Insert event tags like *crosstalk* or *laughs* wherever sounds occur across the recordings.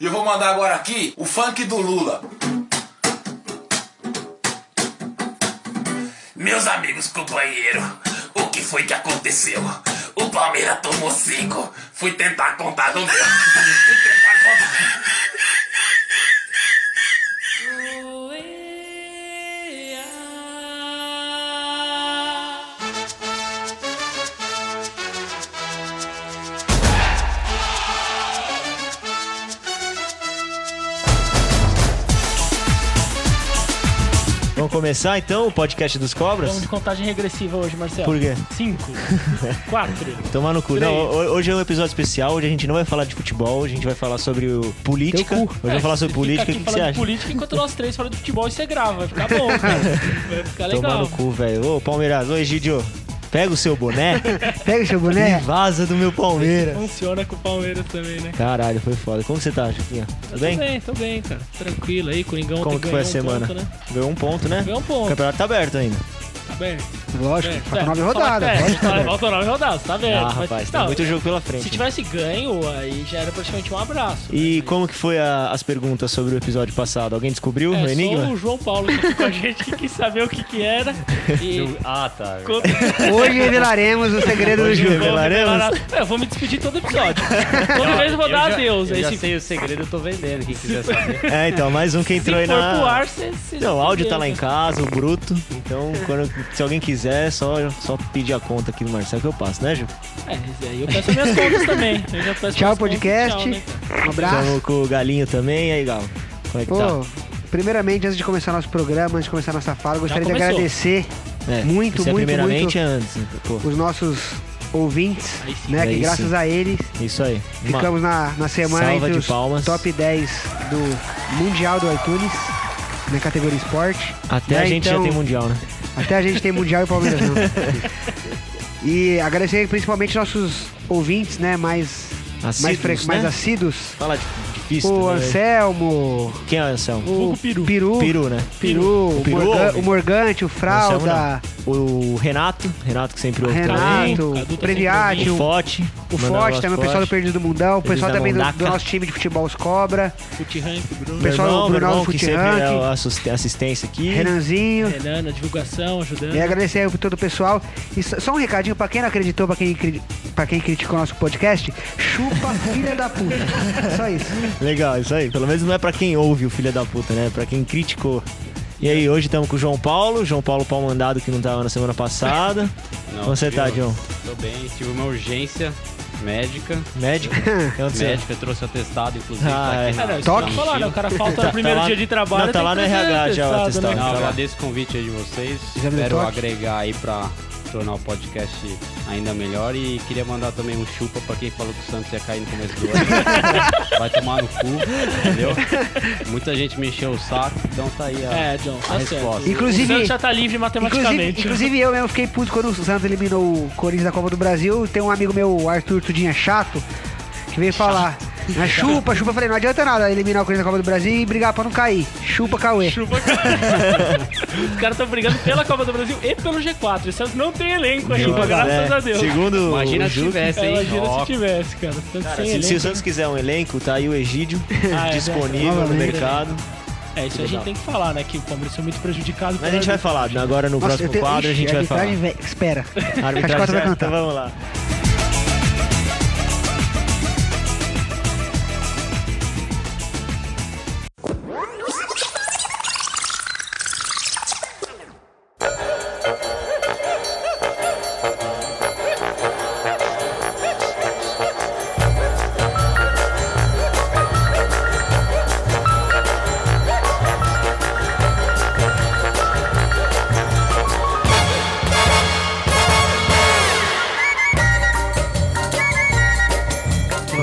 E eu vou mandar agora aqui o funk do Lula. Meus amigos, companheiro, o que foi que aconteceu? O Palmeiras tomou cinco. Fui tentar contar, não deu. Fui tentar contar. Vamos começar então o podcast dos cobras? Vamos de contagem regressiva hoje, Marcelo. Por quê? *laughs* Então, Cinco, quatro. Tomar no cu. Três. Não, ho- hoje é um episódio especial, hoje a gente não vai falar de futebol, a gente vai falar sobre o política. Hoje eu É, vou falar se sobre política, fica aqui o que, que você falando de acha? política enquanto nós três falamos de futebol e você grava. Vai ficar *laughs* bom, cara. Vai ficar Tomar legal. no cu, velho. Ô, Palmeiras, ô Egidio, pega o *laughs* seu boné Pega o seu Né? e boné. vaza do meu Palmeiras. Funciona com o Palmeiras também, né? Caralho, foi foda. Como você tá, Chiquinha? Tudo Tô bem? bem, tô bem, cara. Tranquilo aí, Coringão Como ontem que foi a ganhou um semana? ponto, né? Ganhou um ponto, né? Ganhou um O ponto, campeonato tá aberto ainda. tá bem. Lógico, É, falta é, nove só mais rodadas. dez, lógico que tá só- bem. Falta nove rodadas, tá vendo? ah, Mas, rapaz, tem não, muito jogo pela frente. Se né? tivesse ganho, aí já era praticamente um abraço. E né? como que foi a- as perguntas sobre o episódio passado? Alguém descobriu É, o Hum, enigma? só o João Paulo que ficou com a gente que quis saber o que que era. E Ah, tá. quando *laughs* Hoje revelaremos o segredo do Hoje jogo. revelaremos. É, eu vou me despedir todo episódio. Toda vez eu vou dar adeus. Eu Aí já se, sei o segredo, eu tô vendendo. Quem quiser saber. É, então, mais um que se entrou for aí na. pro ar, você... você Não, o áudio tá entendeu, lá em né? casa, o bruto. Então, quando, se alguém quiser, só, só pedir a conta aqui do Marcelo que eu passo, né, Ju? É, mas aí eu peço minhas contas também. Eu já peço minhas Tchau, contas, podcast. tchau, né? Um abraço. Estamos com o Galinho também. E aí, Galo? Como é que Pô, tá? primeiramente, antes de começar nosso programa, antes de começar nossa fala, eu gostaria de começou. agradecer É, muito, isso é muito, primeiramente é antes. Pô, os nossos ouvintes, Aí sim. né? Aí Que sim. graças a eles isso aí. Uma- ficamos na, na semana salva entre de os palmas. top 10 do Mundial do iTunes, na categoria esporte. Até né, a gente então- já tem mundial, né? Até a gente tem Mundial e *laughs* Palmeiras não. E agradecer principalmente nossos ouvintes, né? Mais, mais, Assíduos, fre- né? mais assíduos. Fala de- difícil. O né? Anselmo, Quem é o Anselmo? o Vulgo Peru. Peru, Peru, né? Peru, O Peru, o, Morgan- homem. o Morgante, o Fralda, O Renato, Renato que sempre ouve é também. Renato, Cadu tá o sempre Previati, O o, Fote. o Mandar um Forte, abraço também o pessoal do Forte. Perdido do Mundão, o Eles pessoal da também do, Mondaca. do nosso time de futebol, os Cobra, Fute Rank, Bruno. Meu pessoal irmão, do meu Brunão irmão, do que sempre Futirank. é o assist- assistência aqui. Renanzinho. Helena, divulgação, ajudando. E agradecer aí por todo o pessoal. E só só um recadinho pra quem não acreditou, pra quem, cri- pra quem criticou nosso podcast, chupa filha da puta. Só isso. Legal, isso aí. Pelo menos não é pra quem ouve o filho da puta, né? Pra quem criticou. E aí, hoje estamos com o João Paulo, João Paulo Palmandado, que não tava na semana passada. Não, Como você tá, viu? John? Tô bem. Tive uma urgência médica. Médico? Eu não sei. Médica trouxe o atestado, inclusive. Ah, tá é. aqui na- Cara, isso Toque. que eu ia falar, né? O cara falta no primeiro Tá, lá- dia de trabalho. Não, tá tem lá que no fazer RH já o atestado, né? atestado. Não, Tá lá. agradeço o convite aí de vocês. Exame do Espero toque. agregar aí pra tornar o podcast ainda melhor. E queria mandar também um chupa pra quem falou que o Santos ia cair no começo do *laughs* ano. Vai tomar no cu, entendeu? Muita gente me encheu o saco, então tá aí a... É, John, tá A certo. resposta. O Santos Inclusive, já tá livre inclusive, matematicamente. inclusive eu mesmo fiquei puto quando o Santos eliminou o Corinthians da Copa do Brasil. Tem um amigo meu, o Arthur Tudinha Chato, que veio falar. Mas chupa, chupa. Eu falei, não adianta nada eliminar o Corinthians da Copa do Brasil e brigar pra não cair. Chupa, Cauê. Chupa, Os caras estão tá brigando pela Copa do Brasil e pelo G4. é O Santos não tem elenco ainda, Nossa, graças é. a Deus. Segundo Imagina o se Ju, tivesse, Cara, hein? É, Imagina Ó, se tivesse, cara. O Santos cara, sem se, se o elenco. Santos quiser um elenco, tá aí o Egídio Ah, é, disponível no novamente, mercado. É, isso a gente tem que falar, né? Que o Palmeiras foi muito prejudicado. Mas a gente vai falar né? agora no Nossa, eu próximo tenho- quadro, a Ixi, é tá gente vai falar. arbitragem velha. Espera. A Cate Cota Arbitragem vai certa, cantar. então vamos lá.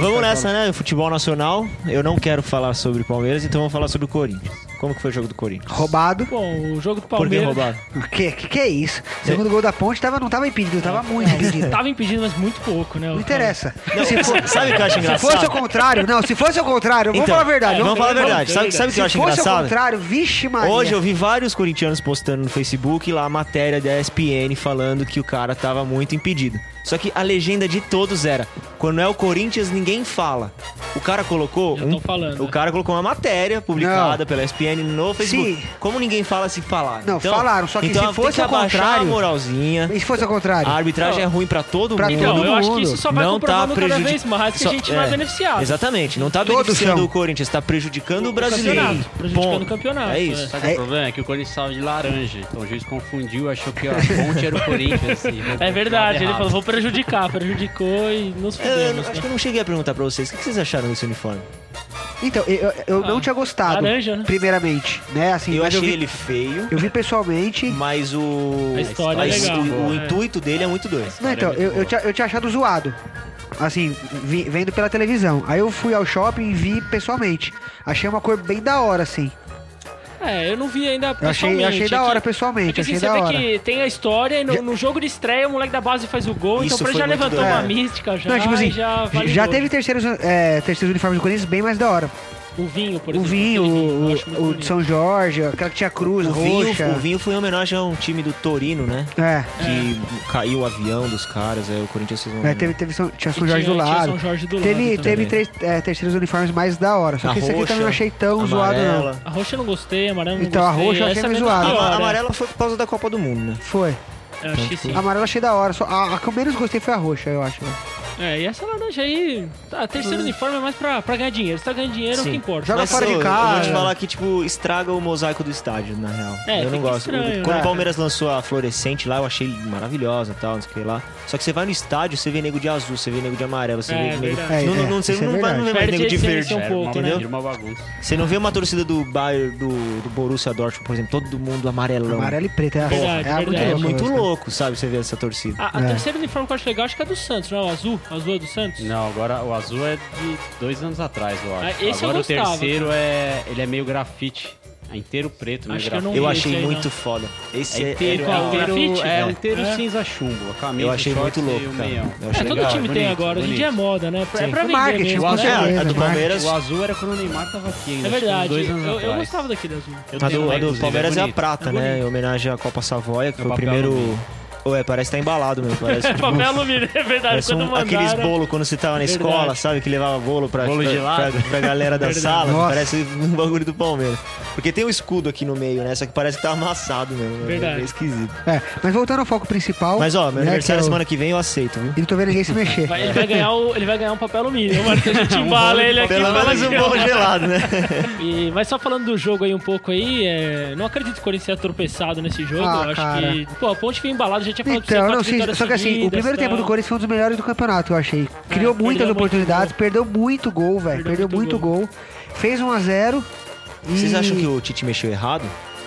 Vamos nessa, né? Futebol nacional. Eu não quero falar sobre Palmeiras, então vamos falar sobre o Corinthians. Como que foi o jogo do Corinthians? Roubado. Bom, o jogo do Por que Palmeiras. roubado? O que, que que é isso? Segundo gol da ponte tava, não tava impedido, tava muito impedido. Tava impedido, mas muito pouco, né? Não interessa. É. Tá. Não, sabe o que eu acho Se engraçado? Então, fosse o contrário, não, se fosse o contrário, vamos falar a verdade. Vamos falar a não verdade. Sabe, briga. sabe o que eu acho Se fosse o engraçado? contrário, vixe Maria. Hoje eu vi vários corintianos postando no Facebook lá a matéria da ESPN falando que o cara tava muito impedido. Só que a legenda de todos era: quando é o Corinthians, ninguém fala. O cara colocou. Já um- tão falando, O né? cara colocou uma matéria publicada pela ESPN no Facebook. Sim. Como ninguém fala, se falaram. Não, falaram, só que então, se tem fosse que ao abaixar contrário- a moralzinha. E se fosse o contrário? A arbitragem é ruim pra todo Pra mundo. todo Então, eu acho que mundo. isso só vai não tá comprovando cada prejudi- vez mais que só- a gente não é beneficiado. Exatamente, não tá Todos beneficiando são. o Corinthians, tá prejudicando o, brasileiro. campeonato, prejudicando Ponto. o campeonato, É é. isso. Sabe É- o problema? É que o Corinthians estava de laranja. Então o juiz confundiu, achou que a ponte era o Corinthians. e roubou. É verdade, ele Errado. falou, vou prejudicar, prejudicou e nos Eu, É, eu não- fudemos, acho que né? eu não cheguei a perguntar pra vocês. O que vocês acharam desse uniforme? Então, eu, eu- eu não Ah, tinha gostado. laranja, né? Primeiramente, né? Assim, Eu mas achei vi, ele feio, eu vi pessoalmente. mas o. A história é mas legal. O, o É. intuito dele é muito doido. Não, então, eu, eu, tinha, eu tinha achado zoado. Assim, vi- vendo pela televisão. Aí eu fui ao shopping e vi pessoalmente. Achei uma cor bem da hora, assim. É, eu não vi ainda Eu achei, pessoalmente, achei da é hora que- é pessoalmente, que assim, achei você da vê hora. que tem a história e no, Já- no jogo de estreia o moleque da base faz o gol, Isso então pra foi já muito levantou doido. uma É. mística já, Não, tipo assim, e já validou. já teve terceiros, é, terceiros uniformes do Corinthians bem mais da hora. o vinho, por o exemplo. vinho, aquele eu o, acho muito o bonito. de São Jorge, aquela que tinha cruz O vinho, roxa. o vinho foi em homenagem a um time do Torino, né? É, Que caiu o avião dos caras, aí o Corinthians fez um. é, teve, teve São, tinha E São Jorge tinha- do tinha lado. São Jorge do Teve, lado também. teve três é, terceiros uniformes mais da hora. Só A que esse aqui roxa, também eu achei tão zoado, amarela. não. A roxa eu não gostei, a amarela eu não Então, a gostei. roxa eu achei essa meio é menos zoada. pior, A né? É, amarela foi por causa da Copa do Mundo, né? Foi. Eu acho que sim. A amarela achei da hora. Só, a, a que eu menos gostei foi a roxa, eu acho. É, e essa laranja aí, tá, terceiro uniforme é mais pra, pra ganhar dinheiro. Se tá ganhando dinheiro, é o Sim. que importa. Hum. Joga fora de eu- Eu vou casa. te falar que, tipo, estraga o mosaico do estádio, na real. É, eu não fica gosto. estranho, Quando né? o Palmeiras lançou a fluorescente lá, eu achei maravilhosa tal, não sei o que lá. Só que você vai no estádio, você vê nego de azul, você vê nego de amarelo, você É, vê nego. verdade. não, É, não, não, é, você isso é não vai não vê mais verdade. nego de Perde a verde. essência um Era pouco, uma, né? vira uma bagunça. Você não vê uma torcida do Bayern, do, do Borussia Dortmund, por exemplo, todo mundo amarelão. Amarelo e preto. É, a- Verdade, é, a- verdade. É louco muito isso, né? louco, sabe, você ver essa torcida. A, a É. terceira uniforme que eu acho legal, acho que é do Santos, não é? O azul? O azul é do Santos? Não, agora o azul é de dois anos atrás, eu acho. Ah, esse eu agora o gostava, terceiro é. Ele é meio grafite. É inteiro preto, meio Acho que eu grafite. não eu vi achei esse aí, muito não. foda. Esse É é, inteiro, é- qual? é, inteiro, Grafite? é, É. um inteiro É. cinza chumbo, a camisa, eu achei o muito shorts louco, e o cara. meião. Eu É, achei todo legal. time tem bonito, agora. Hoje em dia é bonito. moda, né? Pra- É Sim. pra O vender marketing, mesmo, com né? certeza. É, a do Marketing. Palmeiras. O azul era quando o Neymar tava aqui ainda. É acho que uns verdade. Dois anos Eu, eu atrás. gostava daquele azul. Eu A tenho um do, lá, a do inclusive, Palmeiras é, a bonito. prata, É né? bonito. Em homenagem à Copa Savoia, que É foi o papel primeiro. alumínio. Ué, parece que tá embalado mesmo. Parece, É tipo, papel alumínio, é verdade. parece um- Quando mandaram... aqueles bolo quando você tava na Verdade. escola, sabe? Que levava bolo pra, Bolo pra, gelado. pra- pra galera da sala. Nossa. Parece um bagulho do Palmeiras. Porque tem um escudo aqui no meio, né? Só que parece que tá amassado mesmo. Verdade. É esquisito. É, mas voltando ao foco principal. Mas ó, meu né, aniversário que é o- semana que vem eu aceito, viu? E não tô vendo ninguém se mexer. Vai- ele, vai ganhar o, ele vai ganhar um papel alumínio, mano. Que a *laughs* Um gente embala ele aqui. Pelo fala menos um que- bolo gelado, né? E- mas só falando do jogo aí um pouco aí, é, não acredito que o Corinthians tenha tropeçado nesse jogo. Ah, eu acho cara. que. Pô, a ponte veio embalada, já tinha falado pra Então, você, não quatro sei. vitórias Só que assim, o seguidas, primeiro tempo tal. do Corinthians foi um dos melhores do campeonato, eu achei. Criou muitas perdeu muito oportunidades, perdeu muito gol, velho. Perdeu Perdeu muito muito gol. Fez 1 a 0 e... Vocês acham que o Tite mexeu errado?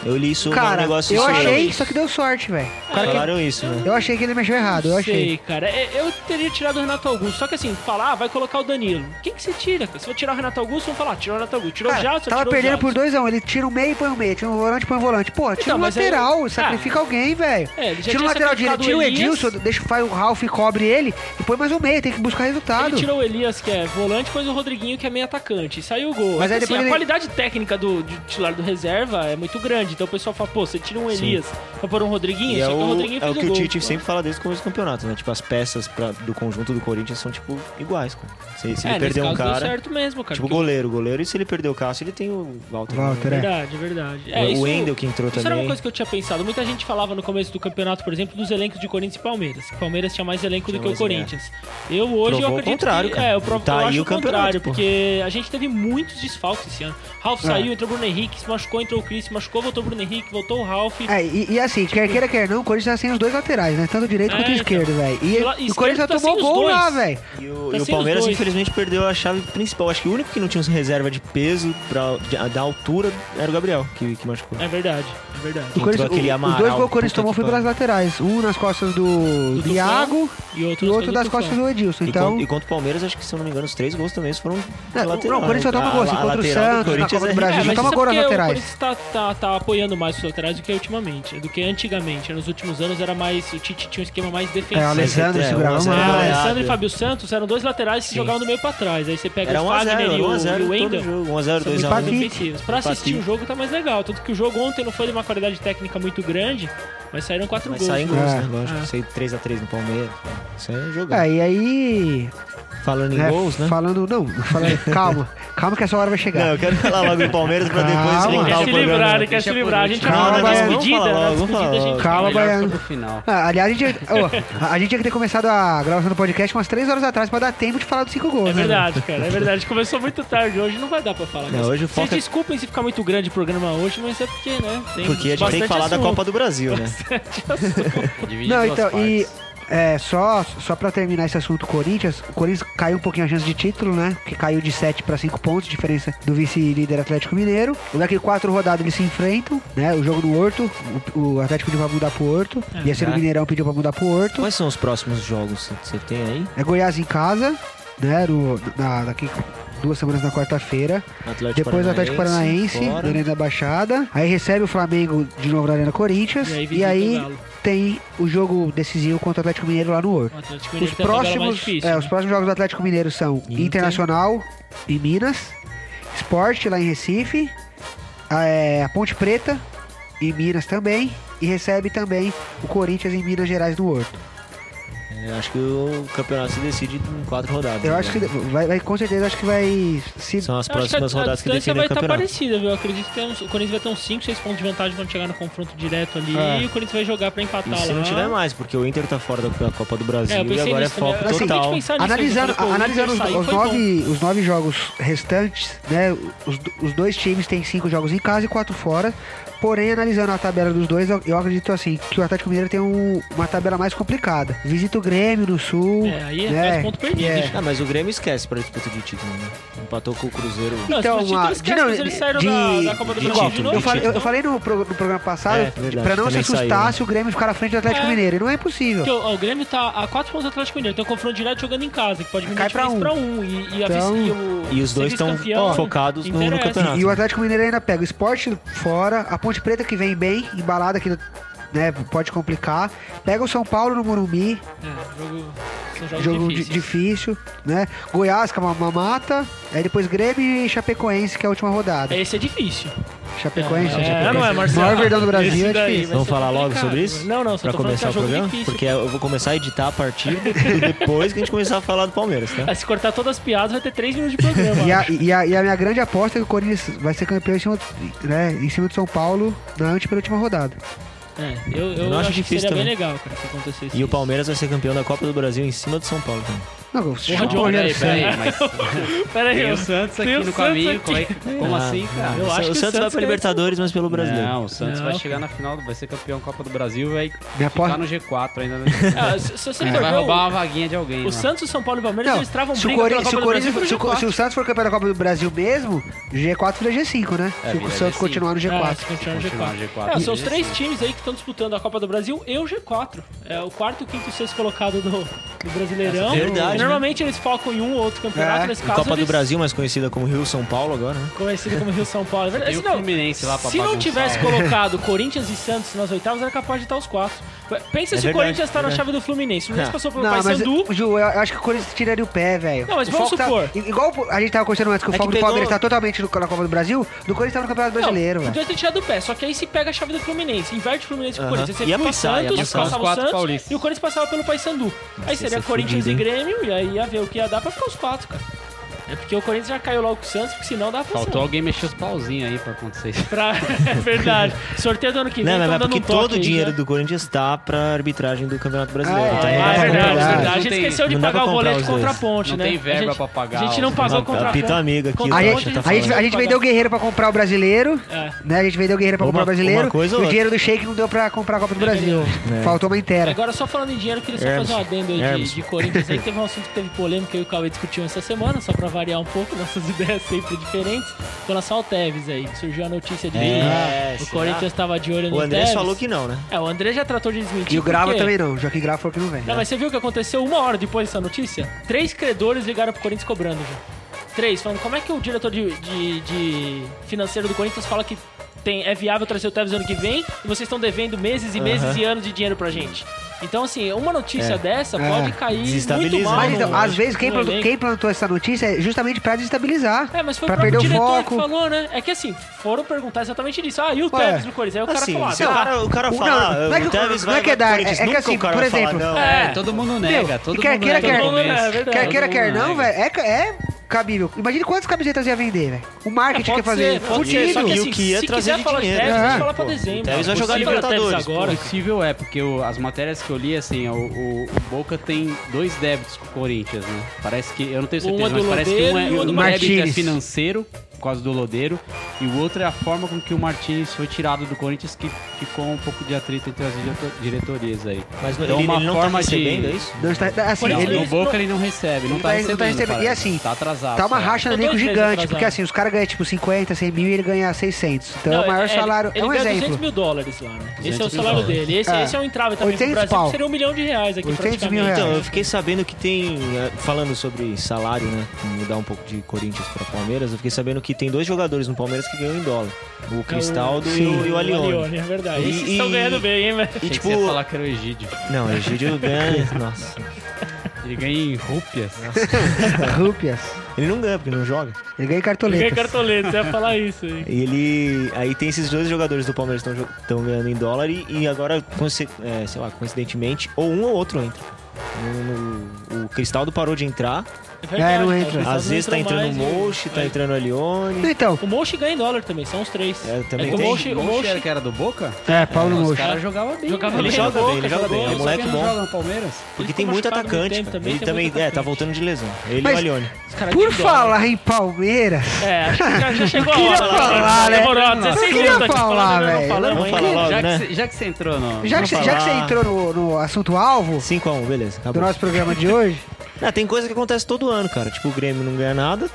Eu li isso no Cara, um negócio eu sobre- achei, só que deu sorte, velho. Falaram isso, né? Eu achei que ele mexeu errado, eu achei. Sei, cara. É, Eu teria tirado o Renato Augusto. Só que assim, falar, ah, vai colocar o Danilo. Quem que você tira? cara? Se vai tirar o Renato Augusto, vão falar, "Ah, tirou o Renato Augusto. Tirou Cara, o Jadson, tava tirou perdendo o por Jadson. 2 a 1 um. Ele tira um meio e põe um meio, tira um volante e põe um volante. Pô, tira Então, um mas aí- lateral, Ah. sacrifica alguém, velho. É, ele já Tira um tinha lateral direito, sacrificado tira o o Elias. Edilson, deixa o Ralf cobre ele e põe mais um meio, tem que buscar Ele resultado. tirou o Elias, que é volante, pôs o Rodriguinho, que é meio atacante. E saiu o gol. Mas É aí que, assim, depois A ele- qualidade técnica do, do titular do reserva é muito grande. Então o pessoal fala, pô, você tira um Elias pra pôr um Rodriguinho, E é só o, que o Rodriguinho é fez um o que o gol. Tite sempre fala desde o começo do campeonato, né? Tipo, as peças pra- do conjunto do Corinthians são, tipo, iguais, cara. Se, é, se ele nesse perder um caso deu cara. certo mesmo, cara. Tipo, porque o- goleiro, goleiro. E se ele perder o Cássio, ele tem o Walter. né? Walter, é. Verdade, verdade. O- É, o isso, Wendel que entrou isso era também. uma coisa que eu tinha pensado. Muita gente falava no começo do campeonato, por exemplo, dos elencos de Corinthians e Palmeiras. Que o Palmeiras tinha mais elenco Tinha do que o mais é. Corinthians. Eu hoje Provou eu o acredito contrário, que, cara. É, eu, provo, Tá eu aí acho o o contrário, campeonato, pô. É. porque a gente teve muitos desfalques esse ano. Ralf saiu, entrou Bruno Henrique, se machucou, entrou o Cris, se machucou, voltou voltou o Bruno Henrique, voltou o Ralf. É, e, e assim, quer queira, quer não, o Corinthians tá sem os dois laterais, né? Tanto direito É, quanto então. esquerdo, velho. E, E lá- o Corinthians já esquerdo tá tomou sem os gol dois. lá, velho. E o, Tá e o sem os Palmeiras, dois. infelizmente, perdeu a chave principal. Acho que o único que não tinha reserva de peso pra, de- da altura era o Gabriel, que, que machucou. É verdade, é verdade. O Entrou Corinthians- aquele o- os Amaral, dois gols que o Corinthians puta tomou que foi pelas pariu. lateras. Um nas costas do, Do Iago E e outro, o outro das costas do Edilson. E, Então, con- e contra o Palmeiras, acho que, se eu não me engano, os três gols também foram É, de lateral. né? não, o Corinthians só toma gol, A- assim, a contra lateral o do Santos, na Corinthians Copa do é- Brasil. É, Não mas toma isso é gol nas porque laterais. O Corinthians tá, tá, tá apoiando mais os laterais do que ultimamente, do que antigamente. Nos últimos anos era mais. O Tite tinha um esquema mais defensivo. É, o Alessandro é, segurava um a mais. zero, Ah, goleada. Alessandro e Fábio Santos eram dois laterais que Sim. jogavam do meio pra trás. Aí você pega Era o 1x0, Fagner e o, e o 1x0 todo Wendel. jogo. 1x0, São muito 2x1. empate. competitivos. Pra assistir Empate. o jogo tá mais legal. Tanto que o jogo ontem não foi de uma qualidade técnica muito grande, mas saíram quatro Mas gols. saem né? gols, É. né? Lógico. É. Sei 3x3 no Palmeiras. tá? Isso é jogar. É, e aí. Falando em É. né, gols, né? Falando, não, falando, calma. Calma que essa hora vai chegar. Não, eu quero falar logo do Palmeiras pra depois Calma. Ele voltar quer o se programa. livrar, ele quer Deixa se livrar. A gente já Calma, falou na Baiano. despedida, Vamos falar na logo, despedida a vamos né? gente falar Calma, melhor Baiano. sobre- No final. Ah, aliás, a gente, ô, a gente tinha que ter começado a gravação do podcast umas três horas atrás pra dar tempo de falar dos cinco gols, É né? verdade, cara, é verdade. Começou muito tarde hoje, não vai dar pra falar. Não, mas hoje o Vocês foco é- desculpem se ficar muito grande o programa hoje, mas é porque, né? Tem Porque a gente tem que bastante falar da assunto. Copa do Brasil, né? *laughs* Divide Não, em duas então, e partes. é, só, só pra terminar esse assunto, Corinthians, o Corinthians caiu um pouquinho a chance de título, né? Porque caiu de 7 pra 5 pontos, diferença do vice-líder Atlético Mineiro. Daqui quatro rodadas eles se enfrentam, né? O jogo no Horto, o, o Atlético de vai mudar pro Horto. Ia ser o cara. Mineirão pediu pra mudar pro Horto. Quais são os próximos jogos que você tem aí? É Goiás em casa, né? No, na, daqui duas semanas na quarta-feira. Atlético Depois o Atlético Paranaense, na fora. Arena da Baixada. Aí recebe o Flamengo de novo na Arena Corinthians. E aí visita E aí, o Galo. tem o jogo decisivo contra o Atlético Mineiro lá no Horto. O Atlético Os Ah, Mineiro tem a tabela mais próximos, difícil, é, né? os próximos jogos do Atlético Mineiro são Inter. Internacional em Minas, Sport lá em Recife, a, é, a Ponte Preta em Minas também e recebe também o Corinthians em Minas Gerais do Horto. É, acho que o campeonato se decide em quatro rodadas. Eu né? acho que vai, vai- com certeza acho que vai se são as Eu acho próximas a- a rodadas que distância definem vai o estar campeonato. parecida, viu? Eu acredito que tem uns- o Corinthians vai ter uns 5, 6 pontos de vantagem quando chegar no confronto direto ali. É. E o Corinthians vai jogar pra empatar E se lá. não tiver mais, porque o Inter tá fora da Copa do Brasil É, eu e pensei agora é nisso também. foco Eu acabei de total. pensar nisso, Analisando, eu falei, pô, o analisando os, Inter sair os né? foi bom. nove, os nove jogos restantes, né? Os, os dois times têm cinco jogos em casa e quatro fora. Porém, analisando a tabela dos dois, eu, eu acredito assim que o Atlético Mineiro tem um- uma tabela mais complicada. Visita o Grêmio no Sul. É, aí é né? mais ponto perdido. É. gente. Ah, mas o Grêmio esquece pra disputa de título, né? Empatou com o Cruzeiro. Não, Então, se os títulos a- esquecem, de- mas eles saíram de- da, da Copa do de Brasil de título, novo. Eu, falei, eu- eu Então, falei no, pro- no programa passado É, verdade, pra não se também saiu, assustar né? se o Grêmio ficar na frente do Atlético É. Mineiro. E não é possível. Porque o, o Grêmio tá a 4 pontos do Atlético Mineiro. Tem um confronto direto jogando em casa, que pode vir Cai pra um. pra um. E, e a Então- vice- e o- E os dois ser estão vice-campeão focados no, no interessa. campeonato. E o Atlético Mineiro ainda pega o esporte fora, a Ponte Preta que vem bem, embalada que né, pode complicar. Pega o São Paulo no Morumbi, É, jogo, são jogos jogo di- difíceis. difícil, né? Goiás, que é uma, uma mata. Aí depois Grêmio e Chapecoense, que é a última rodada. Esse é difícil. Chapecoense, é, não é, Marcelo? maior verdão do Brasil Esse é daí difícil. vai Vamos ser falar logo complicado. sobre isso? Não, não, só Pra tô falando que é começar o jogo programa? difícil. Porque eu vou começar a editar a partir *laughs* do depois que a gente começar a falar do Palmeiras, tá? Ah, Se cortar todas as piadas, vai ter 3 minutos de programa. *laughs* E a, acho. e, a, e a minha grande aposta é que o Corinthians vai ser campeão em cima, né, em cima de São Paulo na antepenúltima rodada. É, eu, eu não acho acho que difícil seria bem também. legal, cara, se acontecesse E o isso. Palmeiras vai ser campeão da Copa do Brasil em cima do São Paulo. Cara. Não, Tá Porra, chupa John, o Rogério Peraí, Senna. peraí, mas Pera aí, tem eu- o Santos tem aqui o no Santos caminho. Como, é aqui. que- como Ah, assim, cara? Eu o, acho Sa- que o o Santos vai Santos pra ganha- Libertadores, mas pelo Brasileiro. Não, o Santos Não, vai cara. chegar na final, vai ser campeão da Copa do Brasil e vai Minha ficar aposta- no G4 ainda. né? Ah, se, se você for Vai ver, roubar o, uma vaguinha de alguém. né? o lá. Santos, São Paulo e Palmeiras, Não, eles travam se o, briga pela Corinthians, se, Copa o do Brasil Corinthians, pro se, o, G4. se o Santos for campeão da Copa do Brasil mesmo, G4 vira G5, né? É, se o vira Santos G5. continuar no Ah, G4. se continuar no Continuar no G4. G4. É, são os Isso. três times aí que estão disputando a Copa do Brasil e o G4. É o quarto, quinto e sexto colocado do, do Brasileirão. Essa é verdade, E Normalmente eles focam em um ou outro campeonato, É. nesse A caso Copa do eles- Brasil, mais conhecida como Rio São Paulo agora, né? Conhecido como Rio São Paulo. É verdade. E o Se não- Fluminense lá pra Se não bagunçar. tivesse É. colocado Corinthians e Santos nas oitavas, era capaz de estar os quatro. Pensa É se verdade, o Corinthians tá na verdade. chave do Fluminense. O Fluminense Ah. passou pelo Não, mas é um Paysandu. Ju, eu acho que o Corinthians tiraria o pé, velho. Não, mas O vamos foco tá- supor. i- igual a gente tava conversando antes, que o É que foco do pegou- Palmeiras tá totalmente no- na Copa do Brasil, do Corinthians tá no Campeonato Brasileiro, não, velho. podia ter tirado do pé, só que aí se pega a chave do Fluminense, inverte o Fluminense com o Aham. Corinthians. Você Ia fica o passar, ia Santos, passar. passava Os o quatro Santos paulistas. e o Corinthians passava pelo Paysandu. aí ia seria ser Corinthians fudido, e Grêmio, e aí ia ver o que ia dar pra ficar os quatro, cara. É porque o Corinthians já caiu logo com o Santos, porque senão dá pra Faltou alguém mexer os pauzinhos aí pra acontecer isso. Pra... *laughs* É verdade. Sorteio do ano que vem. Não, mas tão é dando porque um toque todo o aí, dinheiro né? do Corinthians tá pra arbitragem do Campeonato Brasileiro. Ah, então é, não Ah, dá é pra verdade, é comprar. verdade. A Não gente tem- esqueceu de não dá pagar pra o comprar boleto os contra a dois. ponte, Não né? tem verba a gente, pra pagar, A gente ó. não pagou Não, contra a apita ponta. amiga aqui, Contra ó. A ponte, Poxa, gente, tá a, gente, falando. a gente vendeu o guerreiro pra comprar o brasileiro. É. Né? A gente vendeu o guerreiro pra Uma- comprar o brasileiro. uma coisa e ou É. o dinheiro do shake não deu pra comprar a Copa do Brasil. Faltou uma inteira. Agora, só falando em dinheiro, eu queria só Hermes. fazer um adendo aí Hermes. de, de Corinthians. Aí teve um assunto que teve polêmica eu e o Cauê discutiu essa semana, só pra variar um pouco, nossas *laughs* ideias sempre diferentes. Com relação ao Tevez aí, que surgiu a notícia de É, que o será? Corinthians tava de olho no O Andrés Tevez. falou que não, né? É, o André já tratou de desmentir. E o Grava porque- também não. O Joaquim Grava falou que não vem. Não, mas você viu o que aconteceu uma hora depois dessa notícia? Três credores ligaram pro Corinthians cobrando já. Três, falando como é que o diretor de, de- de financeiro do Corinthians fala que tem, é viável trazer o Tevez ano que vem e vocês estão devendo meses e meses e anos de dinheiro pra gente. Então, assim, uma notícia dessa pode É. cair muito Desestabiliza, mal. né? Mas então, no- às vezes quem no plantou, elenco. quem plantou essa notícia é justamente pra desestabilizar. É, mas foi pra o próprio perder o diretor foco. que falou, né? É que assim, foram perguntar exatamente disso. Ah, e o Ué, Tevez no Corinthians? Aí o cara Assim, falou, ah, se o tá. cara, o cara Não, fala, não ah, é que- o Tevez não é vai que é pra dar, Corinthians, é que nunca assim, o cara por vai falar, exemplo, não, é, todo mundo nega. Meu, todo quer mundo queira, nega. quer- no Todo mundo começo. nega, é verdade. Quer queira, Todo quer mundo não, nega. velho. É, ca- é cabível. Imagina quantas camisetas ia vender, velho. O marketing É, que ia pode fazer. ser, pode Fudido. ser, só que E o assim, que ia se trazer quiser de falar de dinheiro, Tevez, né? a gente fala pra Pô, dezembro. Tevez vai jogar Possível é o Tevez Libertadores, pô. agora. Possível é, porque o- as matérias que eu li, assim, o, o- o Boca tem dois débitos com o Corinthians, né? Parece que, eu não tenho certeza, Um é do mas parece que Lodeiro um é, e um é do um débito é Martínez. financeiro, por causa do Lodeiro, e o outro é a forma com que o Martins foi tirado do Corinthians, que ficou um pouco de atrito entre as direto- diretorias aí. Mas Então, ele, uma ele não tá forma de- recebendo, é isso? Não está, assim, Não, Não, ele, no Boca ele não recebe, não, Ele tá- tá, não recebendo, tá recebendo. parece. E assim, tá atrasado. tá uma sabe? racha no Tô elenco dois meses gigante, atrasado. porque assim, os caras ganham tipo 50, 100 mil e ele ganha 600. Então é o Não, maior ele- salário. Ele é um ganha 200 exemplo. mil dólares lá, né? Esse é o 200 mil salário dólares. dele. Esse É. é, esse é um entrave também pro 800 Brasil, pau. que seria um milhão de reais aqui 800 mil praticamente. reais. Então, eu fiquei sabendo que tem. eh, Falando sobre salário, né? Mudar um pouco de Corinthians pra Palmeiras, eu fiquei sabendo que tem dois jogadores no Palmeiras que ganham em dólar: é o Cristaldo e, o, e o Alione. É verdade. E- Esses estão e- ganhando bem, hein, velho? E Achei que tipo. você ia falar que era o Egídio. Não, o Egídio ganha. Nossa. Ele ganha em rúpias. *laughs* Rúpias. Ele não ganha, porque ele não joga. Ele ganha em Ganha cartoleta. cartoleta, você ia falar isso aí. E ele. Aí tem esses dois jogadores do Palmeiras que estão ganhando em dólar e, e agora, conse- é, sei lá, coincidentemente, ou um ou outro entra. No- no- o Cristaldo parou de entrar. É verdade, É, não cara, entra. o Gustavo Às vezes não tá entrou entrando o mais, Mochi, tá é. entrando o Alione. Então, O Mochi ganha em dólar também, são os três. É, também que o tem. Mochi, o Mochi era que era do Boca? é, Paulo Os Mocho. caras jogavam bem. jogava Ele bem, joga jogou, bem, ele joga bem, jogou, é moleque Quem não bom. joga no Palmeiras? Porque Ele tem ficou muito machucado muito atacante. tempo cara. também, ele tem também, muito é, tá atacante. voltando de lesão. Ele e Mas- o Alione. os caras Por ganham em é dólar. falar em Palmeiras. É, acho que já- já chegou a *laughs* queria hora. falar, né? Demorou Eu 16 queria minutos aqui falar, falando, né? velho. Não falamos Vamos ainda. falar logo, já, né? que você, já que você entrou no... Já que, cê- Vamos já que você falar. entrou no, no assunto alvo 5x1, beleza. do Acabou. nosso programa de hoje, Ah, tem coisa que acontece todo ano, cara. Tipo, o Grêmio não ganha nada.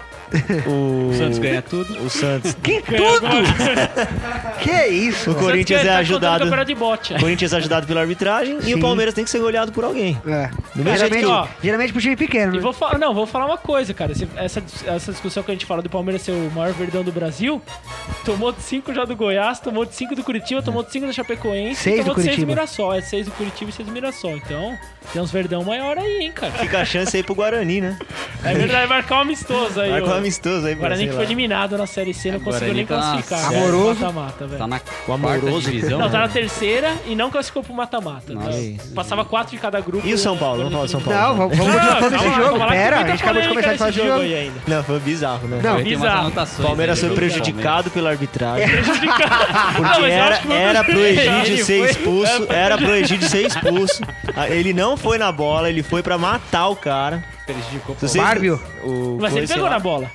O, O Santos ganha tudo. O Santos. que tudo! que isso? O mano? Corinthians é Tá contando ajudado. campeonato de bote. O Corinthians é ajudado pela arbitragem e Sim. o Palmeiras tem que ser goleado por alguém. É. Do mesmo Geralmente, jeito que, ó, geralmente pro time pequeno. E né? vou falar, não, vou falar uma coisa, cara. Esse- Essa, essa discussão que a gente fala do Palmeiras ser o maior verdão do Brasil, tomou de 5 já do Goiás, tomou de 5 do Curitiba, tomou de 5 da Chapecoense, Seis e tomou do de 6 do Curitiba. Mirassol. É 6 do Curitiba e 6 do Mirassol. Então, tem uns verdão maior aí, hein, cara. *laughs* Fica a chance aí pro Guarani, né? É verdade, vai marcar um amistoso aí. Vai com ô. o amistoso aí, O pra, Guarani sei que lá. foi eliminado na Série C, não É, conseguiu Guarani nem tá na classificar. série. Amoroso. Mata-mata, velho. Tá na O quarta amoroso. divisão. Não, tá na né? terceira e não classificou pro mata-mata. Nossa. Tá? Passava 4 de cada grupo. E o São Paulo? Vamos falar do São Paulo. né? Não, vamos, vamos continuar falando desse jogo. Pera, a gente acabou de começar de falar esse desse jogo jogo. aí ainda. Não, foi bizarro, né? Não. Vai ter umas Bizarro. O anotações Palmeiras aí, foi né? do prejudicado pela arbitragem. Não, Porque Ah, mas eu era, acho que foi era pro prejudicado. *laughs* Egídio Ele ser foi- expulso, era pro Egídio ser expulso. Ah, Ele não foi na bola, ele foi pra matar o cara. Palmeiras. Prejudicou o Se Palmeiras. Bárbio? O Mas coisa, ele sei pegou lá. na bola.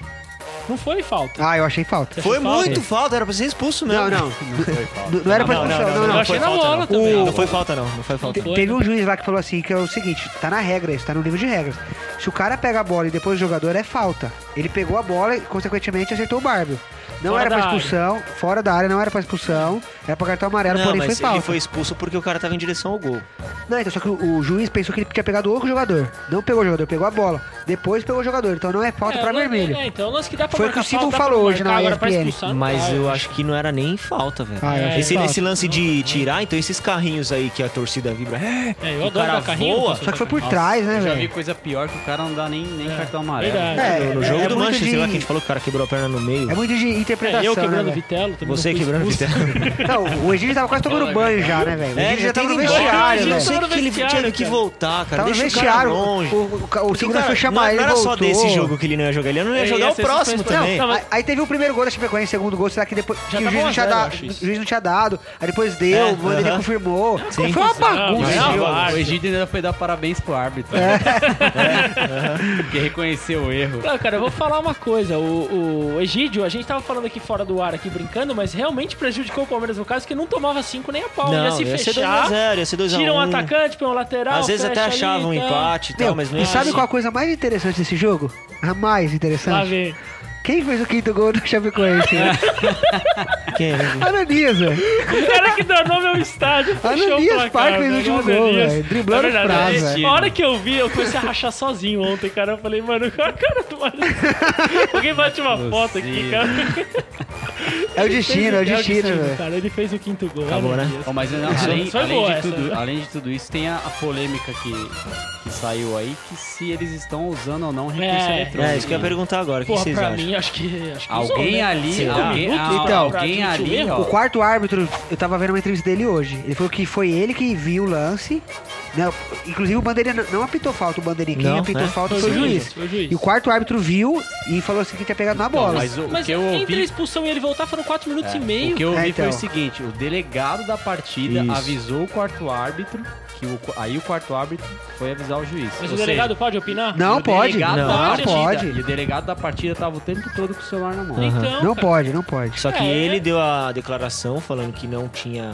Não foi falta. Ah, eu achei falta. Foi Achei falta. muito falta, era pra ser expulso mesmo. Não, não. Não foi falta. Não, não era pra Não, não, não, expulsão, não, não, Eu não. achei foi na falta, bola não. também. Não foi falta, não. Não foi falta. Foi, Teve né? um juiz lá que falou assim, que é o seguinte, tá na regra isso, tá no livro de regras. Se o cara pega a bola e depois o jogador, é falta. Ele pegou a bola e, consequentemente, acertou o Bárbio. Não Fora era pra da área. expulsão, fora da área, não era pra expulsão, era pra cartão amarelo, Não, porém foi mas ele falta. foi expulso porque o cara tava em direção ao gol. Não, então, só que o, o juiz pensou que ele tinha pegado outro jogador. Não pegou o jogador, pegou a bola. Depois pegou o jogador, então não é falta pra não- vermelho. É, então, lance que dá pra Foi o marcar que o Simon falta, dá pra falou hoje na marcar, agora pra ESPN. expulsar, né? É, não Mas dá, eu acho que não era nem falta, velho. Ah, eu achei Tá, esse, falta. esse lance de tirar, então esses carrinhos aí que a torcida vibra. É, É, eu o adoro cara dar carrinho. voa. Só que foi por Nossa, trás, né, eu Já vi velho? coisa pior que o cara não dá nem, nem cartão amarelo. verdade. É, no jogo é do muito Manchester, de- lá que a gente falou que o cara quebrou a perna no meio. É muito de interpretação. eu quebrando né, o velho? Vitelo. também Você não fui quebrando o expulso. vitelo. *laughs* Não, o Egídio tava quase tomando banho já, né, velho? O Egídio já tava no tem que ir embora, vestiário, Egídio Eu velho. tava sei no que ele vestiário, tinha que cara. voltar, cara. Tava no Deixa o cara vestiário. O, longe. o, o, o Porque, segurança cara, foi chamar não, ele, não era só voltou. desse jogo que ele não ia jogar. Ele não ia Ele jogar ia o ser próximo suspenso. Não, também. não, Aí, aí teve o primeiro gol da Chapecoense, segundo gol, será que depois Já que o tava juiz, não tinha 1 a 0, dado, eu acho o isso. juiz não tinha dado, aí depois deu, É, o Vanderlei aham. confirmou. Sim. Foi uma Não, bagunça. não, esse jogo. não. O Egídio ainda foi dar parabéns pro árbitro. *laughs* Que reconheceu o erro. Não, cara, eu vou falar uma coisa. O, o Egídio, a gente tava falando aqui fora do ar, aqui brincando, mas realmente prejudicou o Palmeiras no caso que não tomava cinco nem a pau. ia se ia ser fechar, 2x0, ia ser 2x1. tira um atacante, põe um lateral. Às vezes até fecha ali, achavam um tá. empate e Meu, tal, mas não é assim. e ia sabe ser. qual a coisa mais interessante desse jogo? A mais Lá interessante? vem. Quem fez o quinto gol do *laughs* Chapecoense? Quem? Ananias, velho. O cara que danou meu estádio. fechou Ananias o placar, Park fez o velho, último gol, Ananias. velho, driblando É verdade, os pratos, A hora velho. que eu vi, eu comecei a rachar sozinho ontem, cara. Eu falei, mano, *laughs* qual a cara do Ananias? Alguém bate uma foto aqui, cara. É o destino, é o destino, velho. cara. Ele fez o quinto gol. Acabou, né? Ananias. Ó, mas não, além, Foi além boa de essa, tudo, né? além de tudo isso, tem a, a polêmica que, que saiu aí, que se eles estão usando ou não recurso É, eletrônico. É, isso que eu ia né? perguntar agora. O que Porra, vocês pra acham? mim, acho que. Acho que usou, Alguém né? ali, Será? alguém, Minuto? a- Então, alguém pra admitir ali, o O ó. quarto árbitro, eu tava vendo uma entrevista dele hoje. Ele falou que foi ele que viu o lance. né? Inclusive o bandeirinha não- não apitou falta, o bandeirinha. Quem Não, apitou né? falta Foi foi o juiz. juiz, foi o juiz. E o quarto árbitro viu e falou assim que tinha pegado na bola. Então, Mas o, o Mas que eu entre a ouvi, expulsão e ele voltar foram 4 minutos e o meio. que eu ouvi É, então. foi o seguinte, o delegado da partida Isso. avisou o quarto árbitro, que o, aí o quarto árbitro foi avisar o juiz. Mas Ou o seja, delegado pode opinar? Não o pode. delegado Não, da partida- pode. E o delegado da partida tava o tempo todo com o celular na mão. Então, Não cara, pode, não pode. Só que É. ele deu a declaração falando que não tinha.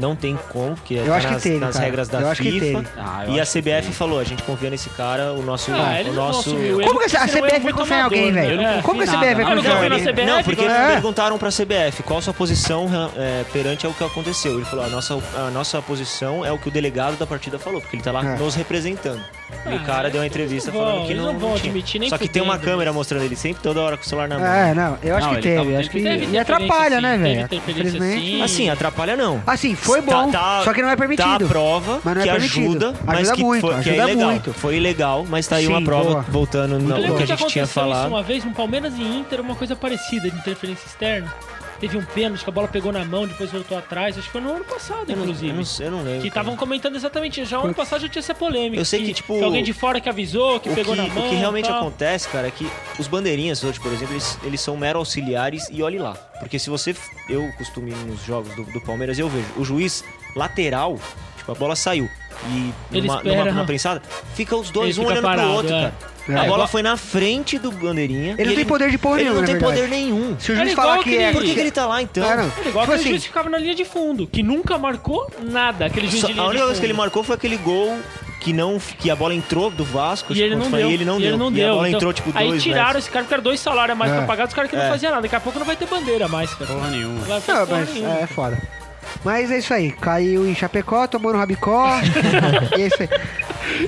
Não tem como, porque Eu tá acho que nas, teve, nas cara. regras da Eu FIFA. acho que teve. Ah, eu E a acho que CBF tem. falou, a gente confia nesse cara, o nosso. Ah, o eles não vão nosso. assumir o erro. Como que a Isso não é CBF vai muito confiar em alguém, amador, velho? né? Como que a É. CBF vai Eu não confiar em confio na alguém? CBF. não, porque É. perguntaram pra CBF qual a sua posição é, perante ao que aconteceu. Ele falou: a nossa, a nossa posição é o que o delegado da partida falou, porque ele tá lá É. nos representando. E o Ah, cara deu uma entrevista não vão, falando que eles não, não vão tinha. admitir nem Só que tem uma fudendo. câmera mostrando ele sempre, toda hora com o celular na mão. É, não, eu acho Não, que ele teve. tava- teve- Acho que... teve E interferência, atrapalha, né, sim, velho? teve interferência, Infelizmente. sim. Assim, atrapalha não. Assim, foi bom, só que não é permitido. Tá a prova Mas não é que permitido. ajuda, mas Ajuda que, muito, foi, que ajuda é ilegal. muito. Foi ilegal, mas tá aí uma Sim, prova, boa. voltando Muito no boa. no Lembra que que a gente aconteceu tinha Isso falado. uma vez no Palmeiras e Inter, uma coisa parecida de interferência externa. Teve um pênalti que a bola pegou na mão, depois voltou atrás. Acho que foi no ano passado, Eu não, inclusive. eu, não, eu não lembro. Que cara. estavam comentando exatamente. Já ano passado já tinha essa polêmica. Eu sei que, tipo, alguém de fora que avisou, que o, pegou que, na mão. o que realmente tal. acontece, cara, é que os bandeirinhas hoje, por exemplo, eles, eles são mero auxiliares e olhe lá. Porque se você. f- Eu costumo ir nos jogos do, do Palmeiras eu vejo o juiz lateral, tipo, a bola saiu. E Ele numa, espera. numa, numa prensada, fica os dois, Ele um fica olhando parado, pro outro, é. cara. É, a bola igual- foi na frente do bandeirinha. Ele não e tem poder de porra Ele nenhuma, não na tem verdade. poder nenhum. Se o Era juiz igual falar que aquele- é. Por que, que ele tá lá então? Era Cara, é igual tipo aquele assim, juiz que ficava na linha de fundo, que nunca marcou nada. Aquele juiz Só- de linha a de única vez fundo. que ele marcou foi aquele gol que não que a bola entrou do Vasco tipo, E ele, contra não o Flamengo, deu, e ele não e deu. ele não e deu. a bola Então, entrou tipo Aí dois tiraram metros. esse cara, ficaram dois salários a mais É. pra pagar, dos caras que não É. faziam nada. Daqui a pouco não vai ter bandeira mais, cara. Porra nenhuma. Vai fazer Não, porra É, mas nenhuma. é foda. Mas é isso aí. Caiu em Chapecó, tomou no Rabicó. *laughs* e é isso aí.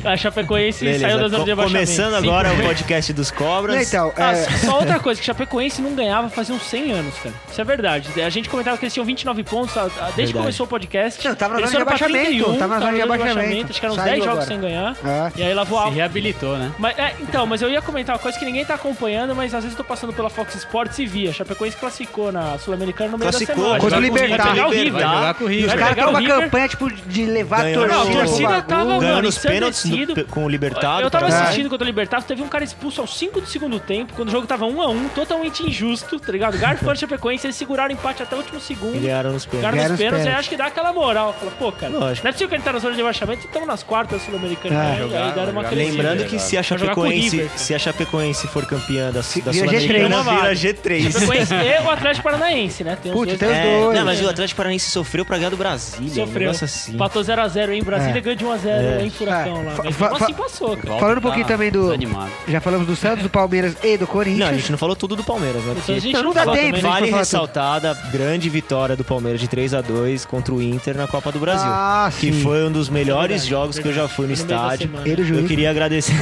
A Chapecoense Beleza, saiu da zona de co- abaixamento. começando Sim. agora o podcast dos Cobras. Não, Então, Ah, é, só outra coisa, que Chapecoense não ganhava fazia uns 100 anos, cara. Isso é verdade. A gente comentava que eles tinham 29 pontos a- a- desde que Verdade. começou o podcast. Não, tava na Eles zona de foram pra abaixamento, 31, tava na zona de abaixamento. Acho que eram uns Saiu 10 jogos agora. sem ganhar. É. E aí lavou a Se reabilitou, né? Mas, é, então, mas eu ia comentar uma coisa que ninguém tá acompanhando, mas às vezes eu tô passando pela Fox Sports e via. Chapecoense classificou na Sul-Americana no meio da classificou. semana. Contra o Vai Libertar. pegar o Vai River. jogar com o River. os Vai caras pegar têm o uma River. campanha, tipo, de levar a Ganhou. torcida. Não, a torcida tá- pro tava, bagulho. mano, Ganhando os pênaltis no- ensandecido. com o Libertado. Eu tava parabéns. assistindo contra o Libertado, teve um cara expulso aos 5 do segundo tempo, quando o jogo tava 1 a 1 totalmente injusto, tá ligado? Garfando *laughs* Chapecoense, eles seguraram o empate até o último segundo. Ganharam nos pênaltis. Ganharam Ganharam os os pênaltis, é pênaltis. aí acho que dá aquela moral. Fala, pô, cara, Lógico. não é possível que ele tá na zona de rebaixamento, então nas quartas sul-americanas. né? É, Aí- aí jogaram, deram uma jogaram. crescida. Lembrando que se a Vai jogar com o Chapecoense, River, cara. se a Chapecoense for campeã da, da Vira Sul-Americana, G3. vira G3. Chapecoense e o Atlético Paranaense, né? Tem os Putz, dois tem os É, dois. não, mas o Atlético Paranaense sofreu pra ganhar do Brasília. Um Sofreu. negócio assim. Empatou 0x0 em Brasília, É. ganhou de 1x0 né, em Furacão É. lá. Fa- Mas fa- mesmo fa- assim passou, cara. Falando um pouquinho também *laughs* do- Animado. Já falamos do Santos, do Palmeiras e do Não, Corinthians. a gente não falou tudo do Palmeiras, né? Então a Porque gente Não, não não dá fala tempo, também, né? gente vale vai falar ressaltada a grande vitória do Palmeiras de 3 a 2 contra o Inter na Copa do Brasil. Ah, que sim. foi um dos melhores Verdade, jogos que eu já fui no, meio da estádio. semana. Ele e o juiz. Eu queria agradecer.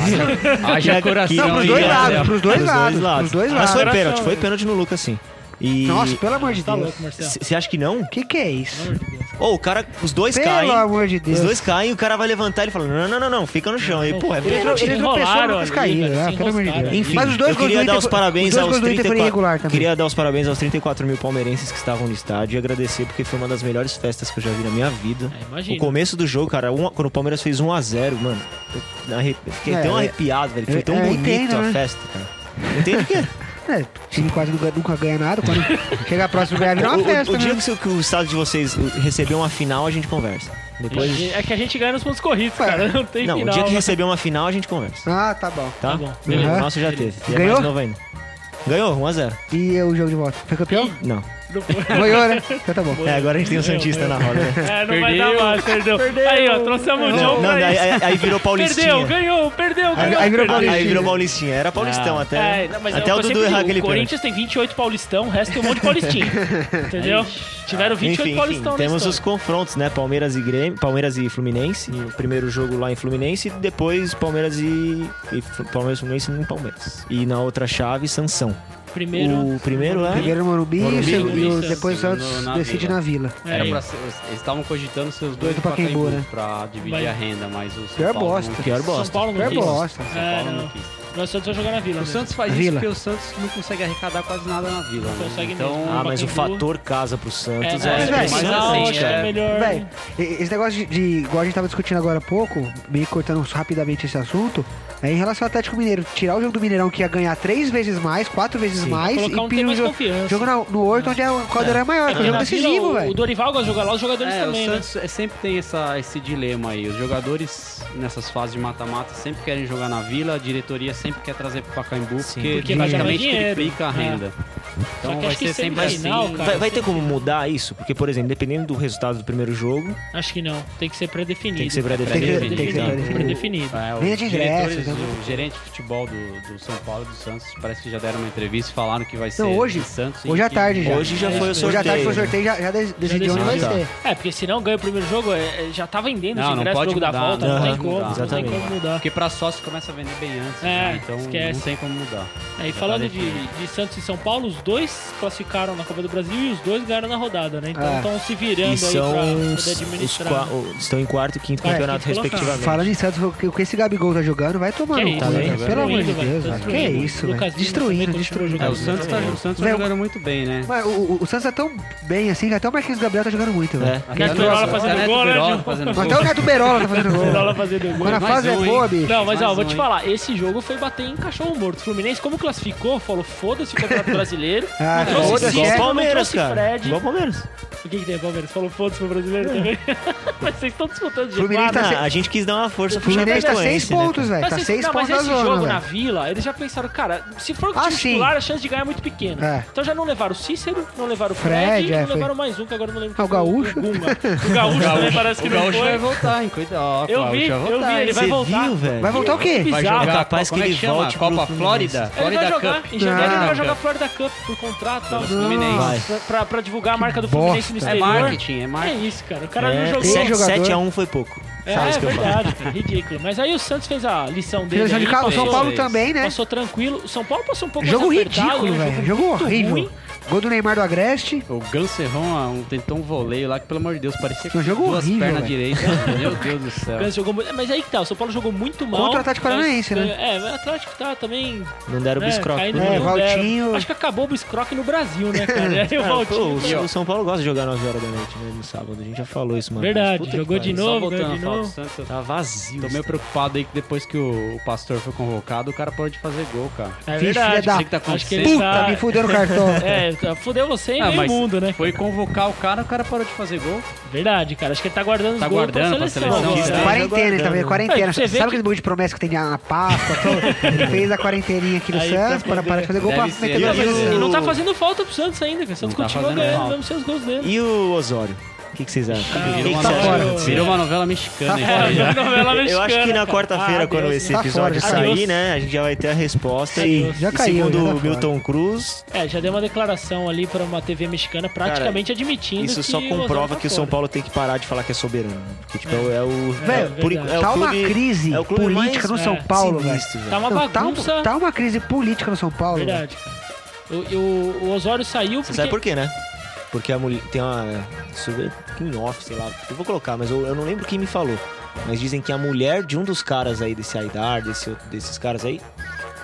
Haja coração, Não, pros hein, dois Gabriel? lados, pros dois lados. Pros dois Mas lados. foi Coração, pênalti, foi velho. pênalti no Lucas, sim. E Nossa, pelo amor de Tá Deus. louco, Marcelo. você acha que não? O que que é isso? Pelo amor de Deus. Ou o cara, os dois Pelo caem. amor de Deus. Os dois caem e o cara vai levantar e fala: Não, não, não, não, fica no chão. E, pô, é Ele, entrou- pênalti. ele tropeçou, Enrolaram mas ali, caiu. velho, Ah, se pelo amor de enroscaram. Deus. Enfim, mas os dois eu gols queria do dar Inter os foi- parabéns os dois aos gols do Inter foi irregular 34, também. queria dar os parabéns aos 34 mil palmeirenses que estavam no estádio e agradecer porque foi uma das melhores festas que eu já vi na minha vida. É, imagina. O começo do jogo, cara, um- quando o Palmeiras fez 1 a 0 mano, eu arre- eu fiquei É, tão é- arrepiado, velho. Foi é- tão é, eu bonito entendo, a né? festa, cara. Entende o *laughs* quê? É, o time quase nunca, nunca ganha nada. *laughs* Quando chegar próximo ganhar, vira o, uma o- festa, o dia né? que, o- que o estado de vocês receber uma final, a gente conversa. Depois. É que a gente ganha nos pontos corridos, Ué. cara. *laughs* Não tem Não, final. o dia que né? receber uma final, a gente conversa. Ah, tá bom. Tá? Tá bom, Beleza. beleza. O nosso já teve. E é Ganhou? mais novo ainda. Ganhou, 1x0. E o jogo de volta? Foi campeão? Não. Não foi. Ganhou, né? Então tá bom. É, agora a gente tem o Santista na *laughs* roda, né? É, não vai dar mais, perdeu. Aí, ó, trouxemos o Não, John não, pra aí, isso. aí- aí virou Paulistinha. *laughs* Perdeu, ganhou, perdeu, Aí- ganhou. aí perdeu. virou Paulistinha. Aí virou Paulistinha. Era Paulistão até. É, não, mas até eu- o eu Dudu sempre errar digo, aquele O pênalti. Corinthians tem 28 paulistão, o resto tem um monte de *laughs* paulistinha. entendeu? Tiveram 28 Enfim, enfim, paulistão temos na os história. confrontos, né? Palmeiras e Grêmio, Palmeiras e Fluminense. E o primeiro jogo lá em Fluminense, e depois Palmeiras e, e Flu- Palmeiras e Fluminense em Palmeiras. E na outra chave, Sansão. Primeiro... o primeiro é Primeiro no Morumbi, Morumbi, segu- e o- Santos, depois o Santos no- na decide Vila. na Vila. É, Era pra ser- eles estavam cogitando seus dois Do do Pacaembu, Pacaembu né? pra dividir Mas- a renda, mas o São Pior Paulo bosta. não quis. pior O São bosta. Paulo não É quis. bosta. São É, Paulo não. não quis. Mas o Santos vai jogar na Vila. né? O mesmo. Santos faz Vila. isso porque o Santos não consegue arrecadar quase nada na Vila. né? Consegue então, mesmo. Ah, mas o Pacaembu. fator casa pro Uhum. Santos É, é, é, mas, é, velho, mas impressionante, não, acho que é cara. melhor... Véi, e- esse negócio de, de- Igual a gente tava discutindo agora há pouco, meio cortando rapidamente esse assunto, é em relação ao Atlético Mineiro. Tirar o jogo do Mineirão, que ia ganhar três vezes mais, quatro vezes mais, Colocar um que tem e pedir um mais jogo, confiança. jogo na- no Horto, onde a quadra é maior, que Porque é um jogo na Vila, decisivo, o- O velho. Dorival gosta de jogar lá, os jogadores É, também, o né? Santos é, sempre tem essa, esse dilema aí. Os jogadores, nessas fases de mata-mata, sempre querem jogar na Vila, a diretoria sempre quer trazer pro Pacaembu, porque, Porque vai gerar praticamente dinheiro. triplica a É. renda. Só Então que vai acho que ser sempre assim. semifinal, cara. Vai, vai ter como mudar isso? Porque, por exemplo, dependendo do resultado do primeiro jogo, Acho que não. Tem que ser pré-definido. tem que ser Tem pré-definido. que- tem que ser então. pré-definido. Pré-definido. É, Venda os de diretores, ingressos, né? o gerente de futebol do, do São Paulo e do Santos parece que já deram uma entrevista e falaram que vai ser Não, hoje- de Santos. É. e hoje à que- tarde já. Hoje já foi o sorteio. Hoje à tarde foi o sorteio, já, já de- decidiu onde vai decidiu. ser. É, porque se não ganha o primeiro jogo, é, é, já tá vendendo Não, os não ingressos do pode jogo da mudar, né? volta. não Não, tem pode como, mudar, não tem exatamente. como mudar. Porque pra sócio começa a vender bem antes, É, né? então esquece. não tem como mudar. É, e Já falando tá de, definido. de Santos e São Paulo, os dois classificaram na Copa do Brasil e os dois ganharam na rodada, né? Então É. estão se virando E aí são pra os- poder os administrar. qua- o- estão em quarto e quinto É, campeonato, tem que colocar. respectivamente. Falando em Santos, o que- o que esse Gabigol tá jogando, vai tomar Que no isso, cu, tá né? vendo? Pelo amor de Destruindo, velho, Deus, velho. Que destruindo. isso, velho. Lucas Lima também Destruindo, continua destruindo. jogando. É, o Santos tá, o Santos tá Velho, jogando muito bem, né? Mas o, o Santos tá tão bem assim que até o Marquinhos Gabriel tá jogando muito, velho. É. Neto Berola Até fazendo Neto gol, né, Berola Gil? fazendo Até o gol. Neto Berola tá fazendo gol. *laughs* Berola fazendo gol. Quando a Mais fase é um, hein? boa, bicho. Não, mas ó, Mais vou um, te hein? falar, esse jogo foi bater em cachorro morto. O Fluminense, como classificou, falou, foda-se o Campeonato Brasileiro. *laughs* Ah, Não trouxe foda-se, Cícero, é. Igual o não Palmeiras, trouxe cara. Fred. Igual o Palmeiras. O que, que tem, Palmeiras? Falou, foda-se o brasileiro também. *laughs* mas vocês estão disputando de Fluminense quatro. Ah, Tá sem- a gente quis dar uma força O pro Fluminense tá Chapecoense, seis né? pontos, velho. Mas Tá vocês- seis não, pontos mas da esse jogo zona, na velho. Vila, eles já pensaram, cara, se for o Ah, time sim. titular, a chance de ganhar é muito pequena. É. Então já não levaram o Cícero, não levaram o Fred, Fred, é, não foi. levaram mais um, que agora eu não lembro. Ah, o quem foi, Gaúcho? O, *laughs* Guma. o Gaúcho também parece que O não Gaúcho é vai foi. voltar, hein? Cuidado. Eu vi, eu vi, ele vai Você voltar. viu, velho? Vai voltar o quê? Vai Vai bizarro. jogar É capaz como que é ele chama? volte pro Copa Fluminense. Flórida. Ele vai Flórida jogar, Cup. É em janeiro ele vai Ah. jogar Florida Cup por contrato, tá? Fluminense. Pra, pra- pra divulgar a marca do bosta. Fluminense no É exterior. marketing, é É marketing. isso, cara. O cara não É, jogou. Esse jogador- 7x1 foi pouco. É, Sabe é isso que eu falo? verdade, cara, ridículo. Mas aí o Santos fez a lição dele. Seleção de aí, carro, São passou- Paulo é. também, né? Passou tranquilo. O São Paulo passou um pouco Jogo mais apertado, ridículo, né? velho. Jogo muito horrível. ruim. Gol do Neymar do Agreste. O Ganserron ah, um, tentou um voleio lá que, pelo amor de Deus, parecia que Um jogo duas horrível, pernas velho. direitas. Meu Deus do céu. O Ganso jogou muito- Mas aí que tá, o São Paulo jogou muito mal. Contra o Atlético mas Paranaense, né? ganhou- É, mas o Atlético tá também. Não deram né, biscroque. caindo É, no Valtinho. zero. Acho que acabou o biscroque no Brasil, né, *laughs* cara? E aí o É, Cara, Valtinho. pô, o, o São Paulo gosta de jogar 9 horas da noite né, no sábado. A gente já falou isso, mano. Verdade, Puta que jogou de pariu. Só novo, voltando ganhou a de falar do novo. Santos, eu Tá vazio. tô meio isso. preocupado aí que depois que o, o Pastor foi convocado, o cara parou de fazer gol, cara. É Filho verdade. da Sei que tá Acho que acontecendo. ele Puta, tá. me fudeu *laughs* no cartão. É, tá- fudeu você e Ah, meio mas mundo, né? Foi convocar o cara, o cara parou de fazer gol. Verdade, cara. Acho que ele tá guardando os Tá gols guardando pra pra seleção. seleção, agora. né? É. Quarentena, ele tá guardando. vendo? Quarentena. Aí, você vê Sabe que- aquele bolo de promessa que tem na Páscoa? todo? Ele fez a quarenteninha aqui no Aí, Santos, pra para parar de fazer gol pra Deve ser, meter né? dois Não, gols. mas- E não tá fazendo falta pro Santos ainda, cara. O Santos Não tá continua fazendo ganhando, falta. dando seus gols dele. E o Osório? O que, que vocês acham? Ah, Virou, Tem uma que tá novela, fora. virou uma novela mexicana. então. Tá fora. isso aí. É, *laughs* novela Eu acho que na mexicana, cara. quarta-feira, Ah, quando Deus. esse Tá episódio fora, sair, adeus. né, a gente já vai ter a resposta. E, Adeus. Já e caiu, já tá segundo o fora. Milton Cruz, É, já deu uma declaração ali pra uma TV mexicana praticamente admitindo isso só que o comprova Osório tá que o um São fora. Paulo tem que parar de falar que é soberano. né? Porque, tipo, é, o. Velho, é o por- é o Tá uma clube- crise é o clube política no mais São é, Paulo, velho. sinistro, velho. Tá uma Não, tá um- bagunça. Tá uma crise política no São Paulo. velho. Verdade, cara. O, e o- o Osório saiu Você porque... sabe por quê, né? Porque a mulher. Tem uma. Isso é King off, sei lá. Eu vou colocar, mas eu, eu não lembro quem me falou. Mas dizem que a mulher de um dos caras aí, desse Aidar, desse, outro- desses caras aí,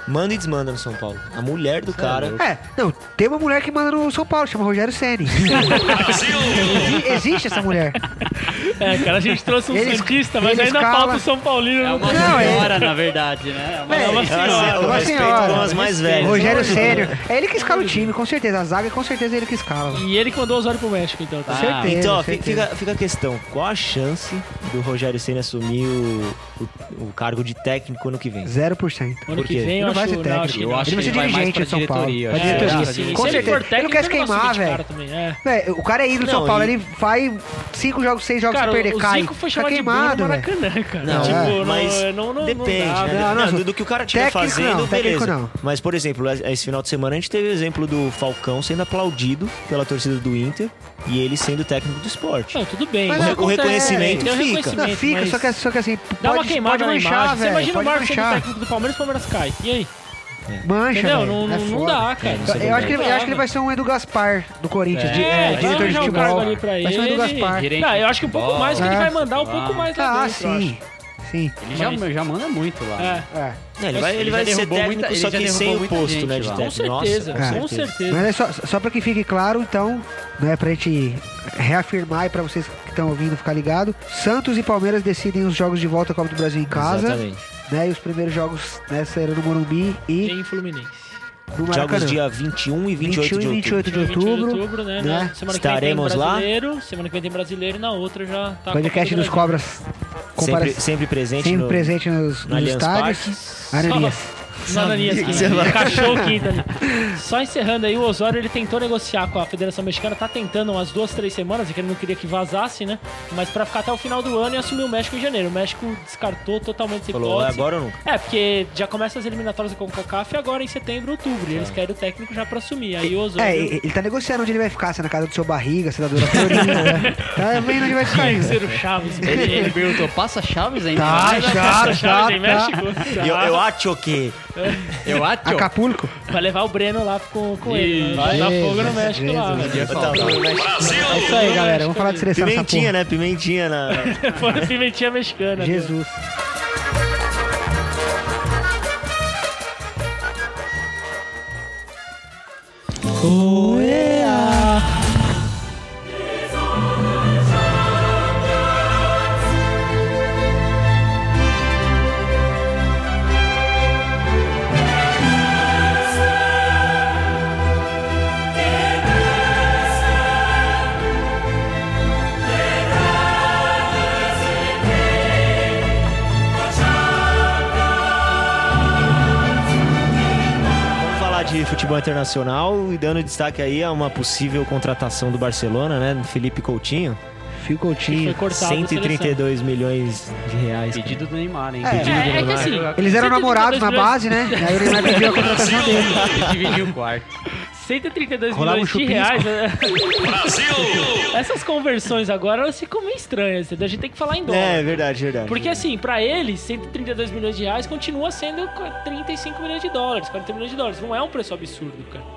manda e desmanda no São Paulo. A mulher do cara. É, não, tem uma mulher que manda no São Paulo, chama Rogério Ceni. Exi- Existe *laughs* essa mulher. É, cara, a gente trouxe um Ele- santista, mas ele ainda escala- falta o São Paulino. É uma Não, é- senhora, na verdade, né? É uma É, uma é, senhora. uma eu respeito senhora. com as mais velhas. Rogério Ceni. É ele que escala o time, com certeza. A zaga, com certeza, é ele que escala. E ele que mandou o Osório pro México, então, tá? Ah, certeza. Então, ó, fi- certeza. fica, fica a questão. Qual a chance do Rogério Senna assumir o, o- o cargo de técnico ano que vem? 0%. Ano Por que quê? vem eu Não acho, vai ser não, técnico. acho que Eu não. acho que Ele vai ser ele vai mais dirigente pra de São Paulo. Tá diretoria. Pra acho. É, diretoria. acho que sim. Com Se ele certeza. for Ele não técnico, quer se ele não assume queimar, de velho. cara também, é. Véi, o cara é ídolo do Não, São Paulo, e- ele vai 5 jogos, 6 jogos Cara, sem perder, o cai. Zico foi tá chamado de burro queimado, no velho. Maracanã, cara. Não, tipo, é, não, mas não, não, não depende, dá, né? velho. Não, Não, não, do, do que o cara estiver técnico fazendo, não, técnico beleza. não. Mas, por exemplo, es- esse final de semana a gente teve o exemplo do Falcão sendo aplaudido pela torcida do Inter e ele sendo técnico do esporte. Não, tudo bem. Mas isso é, o acontece, reconhecimento tem o fica. Não, reconhecimento, fica, mas só, que, só que assim, Dá uma pode, queimada pode na manchar, imagem. Você velho. imagina o pode Marcos sendo manchar. técnico do Palmeiras, o Palmeiras cai. E aí? Mancha, Entendeu? velho. Não, é não- não foda. dá, cara. É, não Eu- sei Eu acho que, ele, bem. eu acho que ele vai ser um Edu Gaspar do Corinthians, de- é, É, vai diretor de arranjar um cargo futebol. ali pra vai ser um Edu ele. Gaspar. Direito. Não, eu acho que um pouco Bola. mais, que ele É. vai mandar um Ah. pouco mais lá Ah, dentro, eu sim. Sim. Ele já, já manda muito lá. acho. É. É. Não, ele vai, ele Ele vai já ser derrubou técnico, muita- ele só já que sem derrubou o muita posto, gente né, de lá. Com técnico. certeza, Nossa, com certeza. Mas é só, só pra que fique claro, então, né, pra gente reafirmar e pra vocês que estão ouvindo ficar ligado, Santos e Palmeiras decidem os jogos de volta à Copa do Brasil em casa, Exatamente. né, e os primeiros jogos né, serão no Morumbi e Em Fluminense. no Maracanã. Jogos dia 21 e 28 21 de e outubro. 28 28 de de outubro, outubro, né? né? né? Semana que Estaremos vem tem lá. brasileiro, semana que vem tem brasileiro e na outra já tá. a podcast Copa do dos Cobras compara Sempre, sempre presente sempre no, presente nos, no nos Allianz estádios. Parque. Ananias. Brasil. Só Ananias, Quinta. cachorro quinta ali. Só encerrando aí, o Osório ele tentou negociar com a Federação Mexicana, tá tentando umas duas, três semanas, é que ele não queria que vazasse, né? Mas pra ficar até o final do ano e assumir o México em janeiro. O México descartou totalmente essa Falou, é hipótese. agora ou nunca? É, porque já começa as eliminatórias com o CONCACAF agora em setembro, outubro. E eles querem o técnico já pra assumir. Aí o Osório... É, e- e- ele tá negociando onde ele vai ficar, se é na casa do seu barriga, se é na dona Florinda. né? tá vendo onde vai ficar ainda. Ciro Chaves. Ele, *laughs* ele perguntou, passa Chaves ainda? né?" Tá, já, Chaves em já, tá. México. Eu, eu acho que... Eu "Ah, acho. Acapulco? Vai levar o Breno lá com, com ele. Ih, Vai dar Jesus, fogo no México lá, Jesus. velho. É isso aí, galera. Vamos falar de seleção nessa né? Pimentinha, né? Pimentinha na... *laughs* Foi a pimentinha mexicana. porra. Jesus. Vamos falar de futebol internacional e dando destaque aí a uma possível contratação do Barcelona, né? Felipe Coutinho. Fio Coutinho. Foi cortado. 132 milhões de reais. cara. Pedido do Neymar, hein? É. É, é que assim. Eles eram namorados na 132 milhões- base, né? Aí ele vai pedir a contratação dele. Ele dividiu o quarto. 132 Rolava milhões um de reais. né? *laughs* Essas conversões agora elas ficam meio estranhas. entendeu? A gente tem que falar em dólar. É, verdade, verdade. Porque assim, pra eles, 132 milhões de reais continua sendo 35 milhões de dólares, 40 milhões de dólares. Não é um preço absurdo, cara.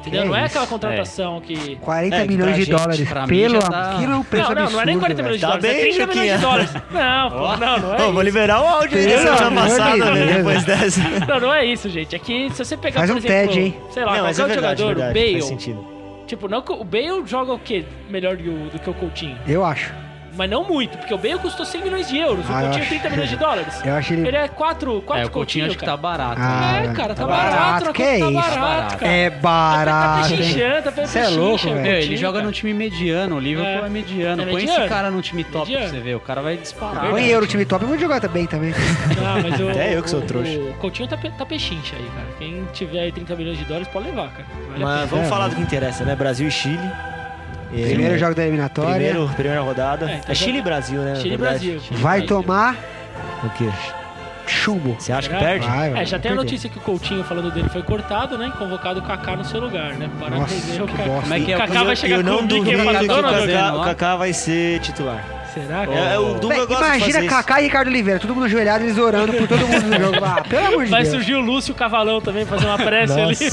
Entendeu? Que não é isso? aquela contratação que. 40 É, que milhões pra de gente, dólares. pra mim, Pelo já amor. tá- Aquilo é um preço Não, não, absurdo. não é nem 40 milhões de Tá dólares, é bem, 30 milhões de Chiquinha? dólares. *laughs* Não, pô, não, não é. Ô, vou isso. liberar o áudio Pelo da semana amor de passada, né? Deus. Depois dessa. Não, não é isso, gente. É que se você pegar, Faz por um exemplo, TED, hein? é sei lá, mas qualquer é outro jogador, o Faz Bale. sentido. Tipo, não, que o Bale joga o quê? Melhor que o- do que o Coutinho. Eu acho. Mas não muito, porque o Bale custou 100 milhões de euros, Ah, eu o Coutinho acho- um 30 milhões de dólares. Eu acho ele. Ele é 4 É, 4 o Coutinho acho que cara. tá barato. Ah, É, cara, tá, tá barato, barato, a que conta isso? tá barato, Barato. cara. É Tá barato. hein? pechincha, tá Cê é louco, pechincha, velho. o Meu, ele Coutinho, joga cara. num time mediano, o Liverpool É. é, mediano. É Põe mediano. esse cara num time top pra Mediano. você ver, o cara vai disparar. Põe euro, time top. Eu vou jogar também, também. Não, mas *laughs* o, Até eu que sou o- trouxa. O Coutinho tá, pe- tá pechincha aí, cara. Quem tiver aí 30 milhões de dólares pode levar, cara. Vale a Mas vamos falar do que interessa, né? Brasil e Chile. É, Primeiro jogo da eliminatória. primeiro, primeira rodada. É, É, então Chile e Brasil, né? pena. na Chile e verdade. Brasil. Vai tomar O quê? chumbo. Você acha que Será? perde? Vai, vai É, já tem a perder. notícia que o Coutinho falando dele foi cortado, né? Convocado o Kaká no seu lugar, né? Para Nossa, rever o que Kaká. bosta. Como é que é? O né? Kaká vai chegar eu com não o Mickey duvido que o Maradona, Kaká, Dona o Kaká vai ser titular. Será? cara? É, é, o Dunga Véi, gosta de fazer imagina isso. Kaká e Ricardo Oliveira, todo mundo ajoelhado, eles orando por todo mundo *laughs* no jogo. Ah, pelo é, amor de Vai Deus. surgir o Lúcio Cavalão também, fazer uma prece ali. *laughs*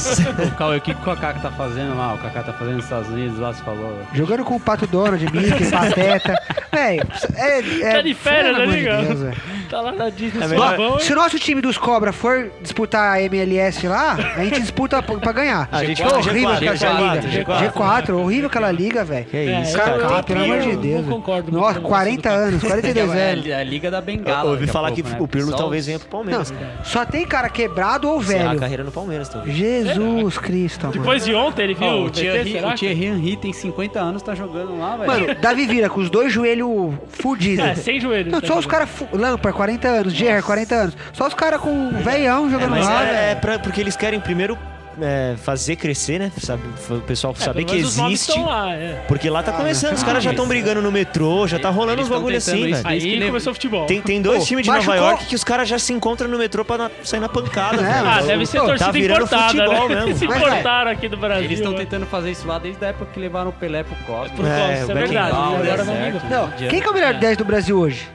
O Cauê, o que, que o Kaká tá fazendo lá? O Kaká tá fazendo nos Estados Unidos lá, você falou. velho. Jogando com o Pato *laughs* Donald, Mickey, Pateta. Véi, é... é Tá de férias, pelo tá amor de ligado? Deus, velho. Tá lá na Disney, É é melhor- suavão, Se o nosso time dos Cobra for disputar a MLS lá, a gente disputa pra pra ganhar. A gente É vai- horrível G4, aquela liga. G4, G4, horrível aquela liga, velho. Que isso, eu cara. Kaká, tenho- pelo amor de eu Deus. Não concordo muito com Nossa, você do 40 anos, 42 É anos. a Liga da Eu Bengala. Ouvi daqui a falar pouco, que né? o Pirlo Só talvez os- venha pro Não, Palmeiras. cara. só tem cara quebrado ou Encerrar a velho. carreira no Palmeiras, é talvez. Jesus Cristo, mano. Depois de ontem ele viu Ó, o o, TT, Thierry, será? o Thierry Henry tem 50 anos, tá jogando lá, velho. Mano, Davi Vira com os dois joelhos fudidos. É, sem joelho. Não, só os caras. Lampar, 40 anos. Gerrard, 40 anos. Só os caras com um veião É, jogando mas lá. é, é velho. pra- porque eles querem primeiro é, fazer crescer, né? Sabe, o pessoal saber que existe. Estão lá, é. Porque lá tá Ah, começando, os caras já é. estão brigando no metrô, já tá rolando Eles uns tão bagulho tentando assim, isso. velho. Aí Aí que lembra- começou o futebol. Tem, tem dois Pô, times de machucou. Nova York que os caras já se encontram no metrô pra na- sair na pancada. É, velho. Ah, Pô, deve ser pô, torcida tá virando importada, futebol né? *laughs* mesmo. Se Mas, é. importaram aqui do Brasil. Eles estão né? tentando fazer isso lá desde a época que levaram o Pelé pro Cosmos. Por É, causa, isso o é Beckenbauer, verdade. Ball, Agora não certo. liga. Não, quem que é o melhor 10 do Brasil hoje?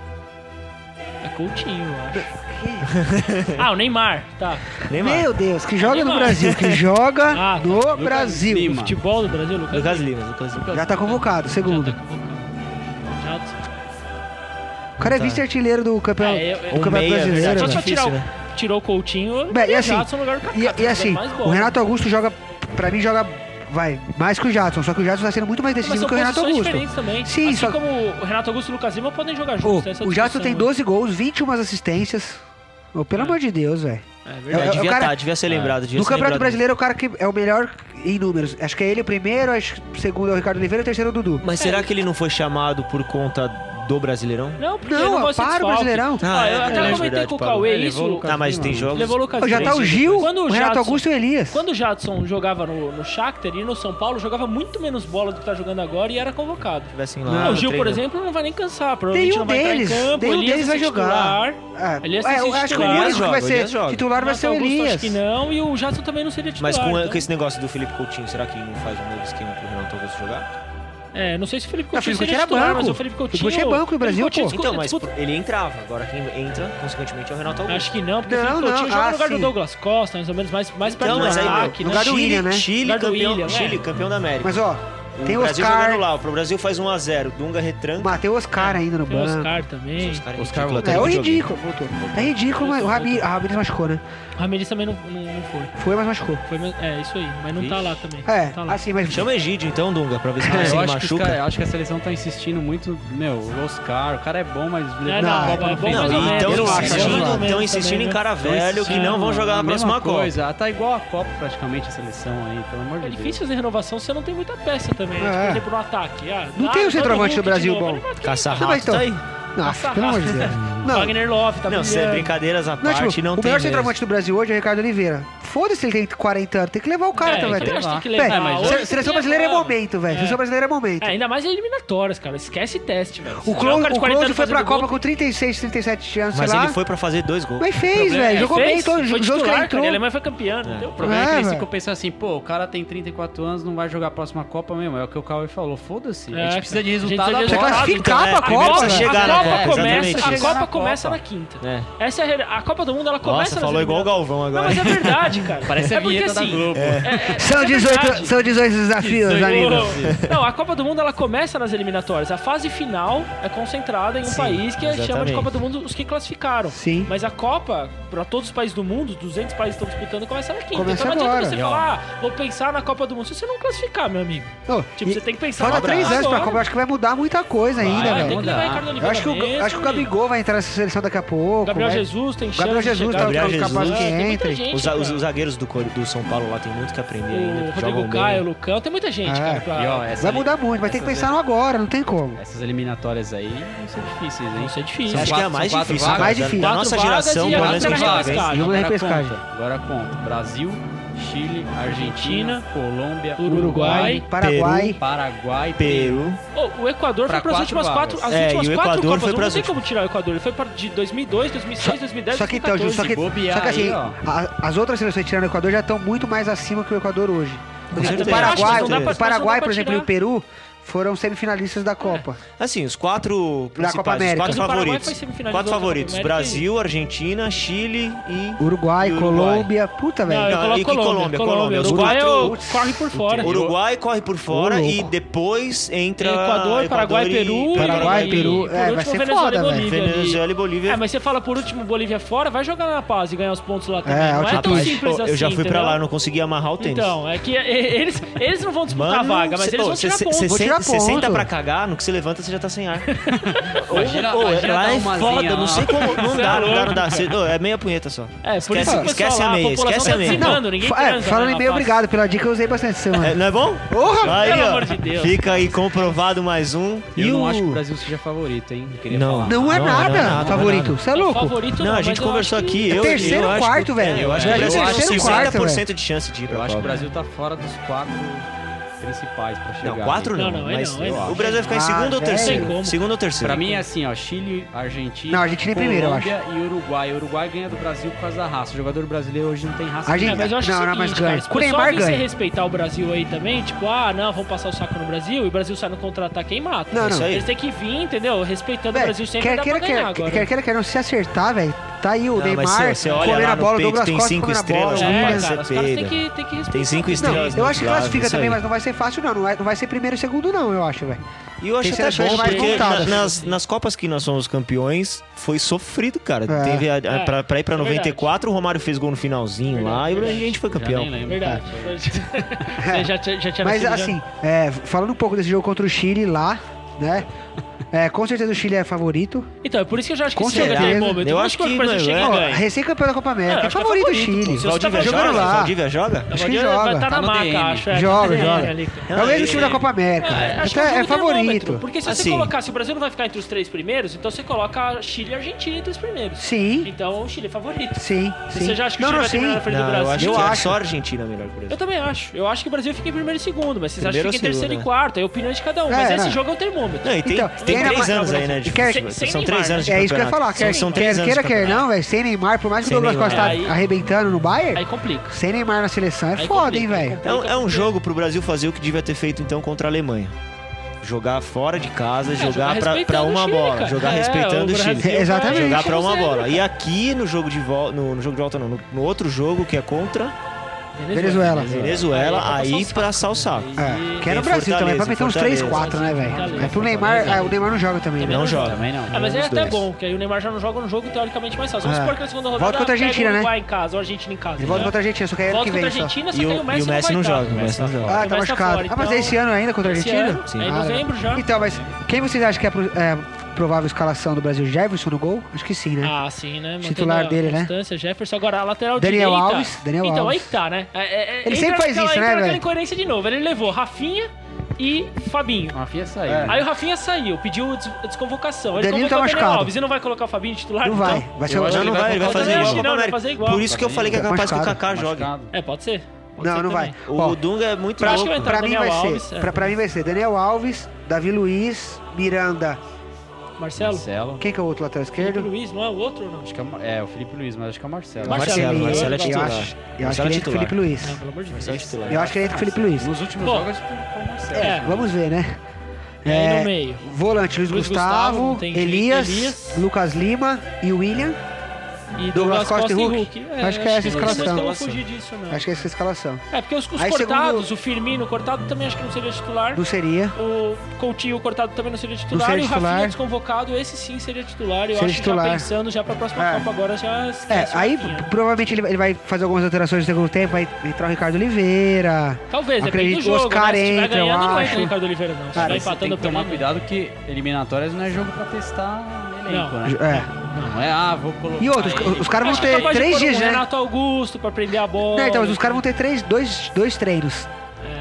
É Coutinho, eu acho. ah, o Neymar, tá. Neymar. Meu Deus, que joga no Neymar. Brasil. Que *laughs* joga Ah, no Brasil. O Lima. futebol do Brasil, Lucas. Lucas Lima, Lucas Lima. Já tá convocado, Já segundo. tá convocado. Já- O cara é Tá. vice-artilheiro do campeão, É, eu- do Um campeonato meia, Só brasileiro. verdade. velho. se difícil, tirar né? o... Tirou o Coutinho, Bem, e o assim, Jadson no lugar do Kaká, tá E, e jogando assim, mais o bola. Renato Augusto joga. Pra mim, joga. Vai, mais que o Jadson. Só que o Jadson tá sendo muito mais Mas decisivo são que o Renato posições Augusto. diferentes também. Sim, assim só- como o Renato Augusto e o Lucas Lima podem jogar Ô, juntos. tem essa é o Jadson discussão tem aí. 12 gols, 21 assistências. Ô, pelo amor de Deus, velho. É É, verdade. é, É, o devia, cara- tá, devia ser lembrado. Devia No ser Campeonato lembrado. Brasileiro, é o cara que é o melhor em números. Acho que é ele o primeiro, acho que o segundo é o Ricardo Oliveira e o terceiro é o Dudu. Mas será que ele não foi chamado por conta do Brasileirão? Não, porque Não, ele não ó, pode ser para o desfalque. Brasileirão. Ah, Ah, é eu até verdade, comentei verdade, com o Paulo. Cauê Ele é isso. levou o Lucas Ah, mas tem jogos... Levou o Lucas Ô, já tá Lima. o Gil, Quando o o Renato Jadson- Augusto e o Elias. Quando o Jadson jogava no, no Shakhtar e no São Paulo, jogava muito menos bola do que tá jogando agora e era convocado. tivessem Ah, lá o Gil, por treinando. exemplo, não vai nem cansar. Provavelmente Nenhum não vai deles, entrar em campo. nenhum o Elias deles vai ser jogar. titular. É, Elias é, tem eu sido acho que o titular. único que vai Elias joga, ser Elias joga. titular vai Renato ser o Augusto, Elias. Acho que não, e o Jadson também não seria titular. Mas com, então- com esse negócio do Felipe Coutinho, será que não faz um novo esquema pro Renato Augusto jogar? É, não sei se o Felipe Não, Coutinho o Felipe seria Coutinho titular, era banco. mas o Felipe Felipe Coutinho... Coutinho é banco do Brasil, Felipe Coutinho pô. disputa- Então, mas disputa- por- ele entrava. Agora quem entra, consequentemente, é o Renato Augusto. Acho que não, porque o Não, Felipe Coutinho não, joga ah, no lugar do sim. Douglas Costa, mais ou menos, mais, mais perto Então, do mas aí, meu, ataque. no né? lugar do Chile, William, né? Chile, Lugar do campeão, William, é. Chile, campeão da América. Mas ó, tem o o Brasil Oscar. jogando lá, o Brasil faz 1x0, Dunga retranca. Mateu Oscar ainda no É. Tem o banco. Oscar Tá também. caras Oscar ridículos. É, voltando o pro jogo. ridículo, voltou. É ridículo, mas o Ramires, ah, o Ramires machucou, né? O Ramirez também não, não, não foi. Foi, mas machucou. Foi, mas- é, isso aí. Mas não tá lá também. É, Tá lá. assim, mas. Chama o Egídio então, Dunga, pra ver se Ah, ele eu, acho que os machuca. cara- eu acho que a seleção tá insistindo muito. Meu, o Oscar, o cara é bom, mas É, levou não, a não, Copa né? é não bom, assim, mas fez nada. ou menos. então, Eu não acho, né? insistindo, eu não acho. então insistindo em cara velho que não vão jogar a próxima mesma Copa. coisa. Ah, Tá igual a Copa praticamente a seleção aí, pelo amor de É Deus. difícil fazer renovação se você não tem muita peça também. né? É. Tipo, por exemplo, no ataque. Ah, Não dá- tem o dá Hulk centroavante do Brasil de novo, bom. mas não Caça Não, mas rato, então- tá aí. Nossa, pelo amor de *laughs* Deus. tem. Não, é Wagner Love tá Não, cê- brilhando. brincadeiras à Não, parte, tipo, não o tem melhor mesmo. centroavante do Brasil hoje é o Ricardo Oliveira. Foda-se, ele tem 40 anos, tem que levar o cara É, também. então eu acho que tem que Véi, levar. mas Hoje se- seleção tem que brasileira é levar. momento, velho. É. Seleção brasileira é momento. É, ainda mais eliminatórias, cara. Esquece teste, velho. O Se tiver um Close, cara de o 40 Close anos foi pra fazendo Copa gol, com 36, 37 anos, Mas sei lá. ele foi pra fazer dois gols. Mas fez, velho. é, Jogou fez, bem todos foi os jogos que ele titular, cara, é e entrou. A Alemanha foi campeã, não deu O problema. problema é, que É, eles velho. ficam pensando assim, pô, o cara tem 34 anos, não vai jogar a próxima Copa mesmo. É o que o Cauê falou, foda-se. É, a gente precisa de a gente resultado precisa de Você agora. resultado. classificar então, pra é, primeiro Copa, você velho. chega- chegar a na Copa Copa, começa, exatamente. a Chegar Copa na começa Copa. na quinta. É. Essa é a realidade. A Copa do Mundo ela começa Nossa, nas falou igual o eliminatórias. Galvão Não, agora. mas é verdade, *laughs* cara. Parece é a porque, vinheta da assim, Globo. é- é- São é 18, verdade. é são 18 desafios, amigos. Ô, Não, a Copa do Mundo ela começa nas eliminatórias. A fase final é concentrada em um Sim, país que chama de exatamente. Copa do Mundo os que classificaram. Sim. Mas a Copa, pra todos os países do mundo, 200 países estão disputando, começa na quinta. Começa então não agora. adianta você falar, ah, vou pensar na Copa do Mundo se você não classificar, meu amigo. Ô, Tipo, e você tem que pensar Falta na três Copa anos pra agora. Copa, eu acho que vai mudar muita coisa ainda, Ah, vai tem velho. que levar mudar. Ricardo Oliveira Eu acho que, o, mesmo, acho que o amigo. Gabigol vai entrar nessa seleção daqui a pouco. Gabriel vai- Jesus tem chance Gabriel de Jesus chegar. tá Gabriel capaz Jesus. que Tem muita entre. gente, Os, os- cara. os zagueiros do, Cor- do São Paulo lá tem muito que aprender ainda. O que jogam Rodrigo bem. Caio, o Lucão, tem muita gente, É. cara. pra- E, ó, essa Vai ali- mudar muito, mas tem que essas pensar no agora, não tem como. Essas eliminatórias aí vão ser difíceis, hein? Isso é difícil. Acho que é a quatro- mais são quatro difícil. vagas, cara, Mais da- difícil. Da Quatro nossa vagas geração, e pelo a menos outra que a na gente tá vendo. repescagem. Jogo da Agora repescagem. conta, Agora conta. Brasil, Chile, Argentina, Argentina, Colômbia, Uruguai, Uruguai, Paraguai. Paraguai, Peru. Ô, o Equador Pra foi para as quatro últimas vagas. quatro, as É, últimas e o quatro Equador Copas. foi do Mundo. pras Não tem como tirar o Equador. Ele foi pra, de 2002, 2006, 2010, Só que então, Ju, 2014. só que, bobear só que assim, aí, ó. a- as outras seleções tirando o Equador já estão muito mais acima que o Equador hoje. Por exemplo, certeza. o Eu acho que Paraguai, não dá pra- o Paraguai, não dá pra por exemplo, e o tirar. Peru foram semifinalistas da Copa. Assim, os quatro principais, Copa América. os Mas quatro o Paraguai foi favoritos. semifinalista Quatro da Copa favoritos. América Brasil, Argentina, Chile e... É. Uruguai, E Uruguai. Colômbia, puta, Não, velho. eu Não, coloco tá? e Colômbia. Colômbia. Colômbia, Colômbia. Os Uruguai é o quatro- corre por fora. Uruguai corre por fora Ô, e louco. depois entra Equador, Paraguai, Equador Peru, Paraguai, e- Peru. e por É, vai último, ser Venezuela foda, e velho. Bolívia ali. Venezuela e Bolívia. É, mas você fala por último Bolívia fora, vai jogar na paz e ganhar os pontos lá também. não É, é altitude. tão Mas, simples Pô, assim. eu já fui pra entendeu? lá, não consegui amarrar o tênis. Então, é que e- e- eles, eles não vão disputar a vaga, mas cê- eles ô, vão cê- tirar cê- pontos. cê Vou senta- tirar Você senta ponto. pra cagar, no que você levanta você já tá sem ar. Imagina- Ô, imagina lá dar é uma foda, asinha não sei lá. como. Não *laughs* Cê é dá, não dá, louco, não dá. Cê- ô, é meia punheta só. É, por Esquece- isso que o pessoal esquece lá, a meia, população esquece tá a meia. dizimando, ninguém Fa- é, transa né, falando lá em na bem, paz. obrigado pela dica, eu usei bastante essa semana. É, não é bom? Porra! Aí, Pelo ó, amor de Deus. Fica aí comprovado mais um. Eu e não o... acho que o Brasil seja favorito, hein? Queria Não. falar. Não é Não, não é nada, nada, favorito. não Você é louco. Favorito, Não, a mas gente eu acho conversou que- aqui. É Eu, terceiro eu ou acho quarto, que- velho? é, Eu acho É, que o eu Brasil tem acho terceiro ou quarto, 60% de chance de ir pra Eu acho que o Copa. Brasil tá fora dos quatro principais pra chegar. né? Não, quatro hein? não. Não, não, é mas não, é não. O Brasil vai ficar em Ah, segundo ou velho. Não terceiro? tem como. Segundo ou terceiro? Pra mim é assim, ó, Chile, Argentina. Não, Argentina em primeiro, eu acho. Colômbia e Uruguai. O Uruguai ganha do Brasil por causa da raça. O jogador brasileiro hoje não tem raça. Argentina- É, mas eu acho que Não, o não, mas seguinte, ganha. cara, tipo, se o O pessoal Neymar vem sem ganha. respeitar o Brasil aí também, tipo, ah, não, vamos passar o saco no Brasil, e o Brasil sai no contra-ataque e mata. Não, não. Eles têm que vir, entendeu? Respeitando o Velho, Brasil sempre quer dá queira, pra ganhar quer, agora. É, quer queira, quer não se acertar, velho. Tá aí o Não, mas Neymar você- você olha comendo lá a no bola, o peito, Douglas tem Costa cinco comendo a bola. estrelas, Willian. é, Você cara, os caras têm peida. que, têm que respeitar. Tem cinco também. Não, estrelas. eu acho que Claro, classifica isso também, aí. mas não vai ser fácil, não. Não vai, não vai ser primeiro e segundo, não, eu acho, velho. E eu acho Terceira até chance bom, mais porque contada. na- nas, nas Copas que nós somos campeões, foi sofrido, cara. É. Teve a, a- É, pra, pra ir pra é 94, o Romário fez gol no finalzinho lá e a gente foi Já campeão. nem lembro. é Verdade. Ah. Você já, tinha- já tinha Mas nascido, já- assim, é, falando um pouco desse jogo contra o Chile lá, né? É, com certeza o Chile é favorito. Então, é por isso que eu já acho que Com esse jogo é certeza. termômetro. Eu Mas acho quando que, o Brasil mano, chega, é- Ó, ganha. recém-campeão da Copa América. É, É, acho que é favorito o favorito, Chile. pô. Se você Valdívia tava joga? jogando lá. Valdívia joga? acho que Agora joga. Vai estar Tá na no maca, DM. acho. é. Joga, É, joga. ali, cara. É o mesmo time da Copa América. É, velho. acho que é um Então, é jogo termômetro, favorito. Porque se você Assim. colocar, se o Brasil não vai ficar entre os três primeiros, então você coloca Chile e Argentina entre os primeiros. Sim, Então o Chile é favorito. sim, sim. Você já acha que não, o Chile não, vai terminar na sim. frente do Não, eu Brasil? acho Eu que é acho. só a Argentina melhor que o Eu Brasil. também acho. Eu acho que o Brasil fica em primeiro e segundo, mas vocês acham Primeiro que fica ou em terceiro segundo, e né? quarto. É a opinião de cada um. mas É, esse não. jogo é o termômetro. Não, e tem, Então, tem tem três na- anos aí, né? De, Quer- futebol. sem são Neymar, três né? anos de É isso que eu ia campeonato. falar. Quer, São quer três anos queira, de quer campeonato. não, velho. Sem Neymar, por mais que o Sem Douglas Costa tá Neymar. Aí- arrebentando no Bayern, Aí complica. sem Neymar na seleção é Aí foda, hein, complica, aí velho. É um, é um jogo pro Brasil fazer o que devia ter feito então contra a Alemanha. Jogar fora de casa, jogar pra, É, respeitando pra uma o Chile, bola. cara. Jogar É, respeitando o Brasil Chile. vai É, Exatamente. É Jogar deixar pra uma você, bola. é cara. E aqui no jogo de volta. No, no jogo de volta não, no, no outro jogo que é contra Venezuela. Venezuela, Aí é pra aí pra salsar. É, que era o Tem Brasil também, pra Fortaleza, meter uns Fortaleza. 3, 4, né, velho? Fortaleza, Mas pro Neymar, Fortaleza. é, o Neymar não joga também, né? Não joga. Também não. Ah, mas é Os até dois. bom, que aí o Neymar já não joga um jogo teoricamente mais fácil. Vamos É. supor que na segunda Volta rodada contra a pega Argentina, o né? Uruguai em casa, ou a Argentina em casa. Ele volta né? contra a Argentina, só que é ano Volta que contra a vem só. Argentina, só E que aí o, e o Messi não vai joga. estar. O Messi não joga. Ah, Ele tá vai machucado. estar fora, ah, mas é então- esse ano ainda contra a Esse Argentina? ano, é em Ah, novembro já. Então, mas quem vocês acham que é a pro- é a provável escalação do Brasil? Jefferson no gol? Acho que sim, né? Ah, sim, né? Mantendo Titular a dele, né? Constância, Jefferson, agora a lateral Daniel direita. Alves, Daniel então, Alves. aí que tá, né? É, é, é, Ele entra sempre naquela- faz isso, entra né, naquela velho? incoerência de novo. Ele levou Rafinha e Fabinho. Mafia saiu. É. né? Aí o Rafinha saiu, pediu des- a desconvocação. Ele Danilo tá convocou o Daniel machucado. Alves e não vai colocar o Fabinho titular? não então? vai. Vai ser o... acho Não, que não ele vai, ele vai voltar fazer também, igual acho a que Copa não, ele vai América. fazer igual. Por isso que eu falei que é capaz que o Machucado. Kaká jogue. Machucado. É, pode ser. Pode Não, ser não vai. também. Ó, O Dunga é muito Pra- acho que vai louco. entrar Pra mim Daniel vai Alves, ser, é. pra, pra mim vai ser Daniel Alves, Davi Luiz, Miranda. Marcelo? Marcelo. Quem que é o outro lateral Felipe esquerdo? Luiz, não é o outro ou não? Acho que é, Ma- é, o Felipe Luiz, mas acho que é o Marcelo. Marcelo. Eu- Marcelo é Eu titular. acho, eu acho que Marcelo ele é entra com o titular. Felipe Luiz. Não, pelo amor de Deus. Marcelo é titular. Eu acho que ele entra com o Felipe Luiz. Nos últimos Bom. jogos, acho que foi o Marcelo. É. acho. Vamos ver, né? E aí no É, meio. Volante, Luiz, Luiz Gustavo, Gustavo, não tem jeito, Elias, Elias. Lucas Lima e William. E Douglas Costa e Hulk. Acho que é essa não a tem mais escalação. como fugir disso, não. Acho que essa é a escalação. É, porque os, os Aí, cortados, o Firmino cortado também acho que não seria titular. Não seria. O Coutinho cortado também não seria titular. seria e o Rafinha titular. desconvocado, esse sim seria titular. Eu Seria acho que titular. já pensando já pra próxima É. Copa agora já É, esquece o aí Rafinha. provavelmente ele, ele vai fazer algumas alterações no segundo tempo, vai entrar o Ricardo Oliveira. Talvez, depende acredito do que jogo. o Oscar né? Se tiver entra, eu ganhando, não acho. entra o Ricardo Oliveira, não. Se Cara, tiver Você tem empatando, que tomar perde. cuidado que eliminatórias não é jogo pra testar elenco, Não. né? É. Não é, ah, vou colocar E outros, ele. os caras Tá. Acho vão que é ter capaz de pôr três um dias, né? Renato Augusto pra prender a bola. Não, então, mas os caras vão ter três, dois, dois treinos.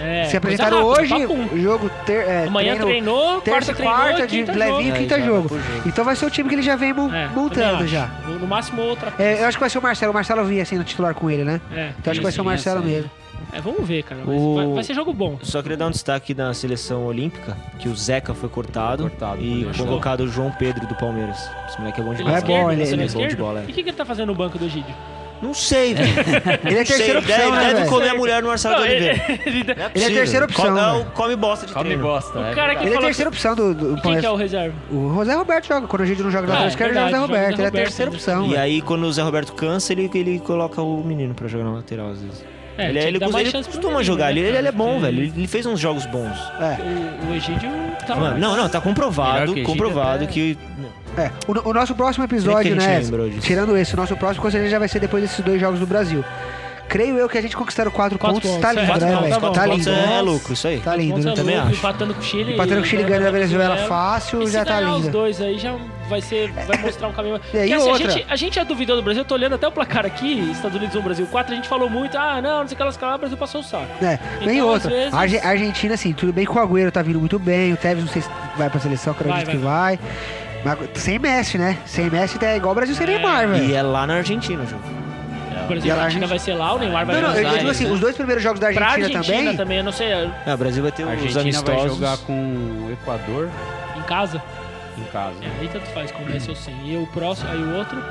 É, coisa Se apresentaram rápida, um hoje, papum. o jogo ter, é, Amanhã treino treinou, quarta terça e treinou, quarta, de quinta levinho, jogo. quinta É, já jogo. vai pro jogo. Então vai ser o time que ele já vem mon- É, também montando acho. já. No, no máximo outra coisa. É, eu acho que vai ser o Marcelo. O Marcelo vinha sendo titular com ele, né? É, Então acho que vai ser o Isso, Marcelo isso, *laughs* mesmo. é, vamos ver, cara. Mas O- vai, vai ser jogo bom. Só queria dar um destaque na seleção olímpica, que o Zeca foi cortado, Foi cortado, e machucou. convocado o João Pedro do Palmeiras. Esse moleque é bom de é bola. bom, ele- lateral ele é bom de bola, é. E o que, que ele tá fazendo no banco do Egídio? *laughs* Não sei, velho. Ele é a Não sei. Ideia- terceira opção, né, ideia do velho? comer a mulher no Marcelo de Não, ele, Oliveira. ele- Não Ele é a possível. terceira opção, Come, é velho. o come bosta de Come treino. bosta. o é cara que Ele é a falou... assim, terceira opção do... do Quem Palmeiras. que é o reserva? O José Roberto joga. Quando a gente não joga Ah, na lateral é esquerda, joga o José verdade, joga o Roberto. Zé Ele é a Roberto. né? terceira opção. E velho. aí, quando o Zé Roberto cansa, ele, ele coloca o menino pra jogar na lateral, às vezes. É, ele tinha ele, que dar mais ele chance pro costuma menino, jogar, né, ele, ele, cara? é bom, É. velho. Ele, ele fez uns jogos bons. É. O, o Egídio tá... Mano, não, não, tá comprovado, Melhor que Egídio comprovado até- que... É, o, no- o nosso próximo Será episódio, que a gente né? lembrou disso? Tirando esse, o nosso próximo com certeza já vai ser depois desses dois jogos do Brasil. Creio eu que a gente conquistaram quatro, Quatro pontos, pontos, tá é. lindo, Quatro né, pontos, velho? quatro Tá pontos, lindo. é, né? é lucro, isso aí. Tá lindo, né? Gonçalo também Lúcio acho. Empatando com o Chile... é, Empatando com o Chile ganhando a Venezuela E fácil, se já tá ganhar os lindo. dois aí já vai ser vai mostrar um caminho. *laughs* E aí Porque, assim, outra. A, gente, a gente é duvidou do Brasil, eu tô olhando até o placar aqui, Estados Unidos 1, Brasil 4, a gente falou muito, ah, não, não sei o que lá, sei lá, o Brasil passou o saco. É, nem Então, outra. às vezes- A Arge- a Argentina, assim, tudo bem que o Agüero tá vindo muito bem, o Tevez não sei se vai pra seleção, acredito Vai, que vai. Mas sem Messi, né? Sem Messi é igual o Brasil sem Neymar, E velho. é lá na Argentina o jogo. O E Brasil a a Argentina gente- vai ser lá, o Neymar vai Não, não, eu, eu Buenos digo Aires, assim, né? os dois primeiros jogos da Pra Argentina, Argentina também? também, eu não sei, em É, o Brasil vai ter A os Argentina vai amistosos. jogar com o Equador casa. em casa. É, aí tanto faz, começa ou sem. E o próximo, aí o outro,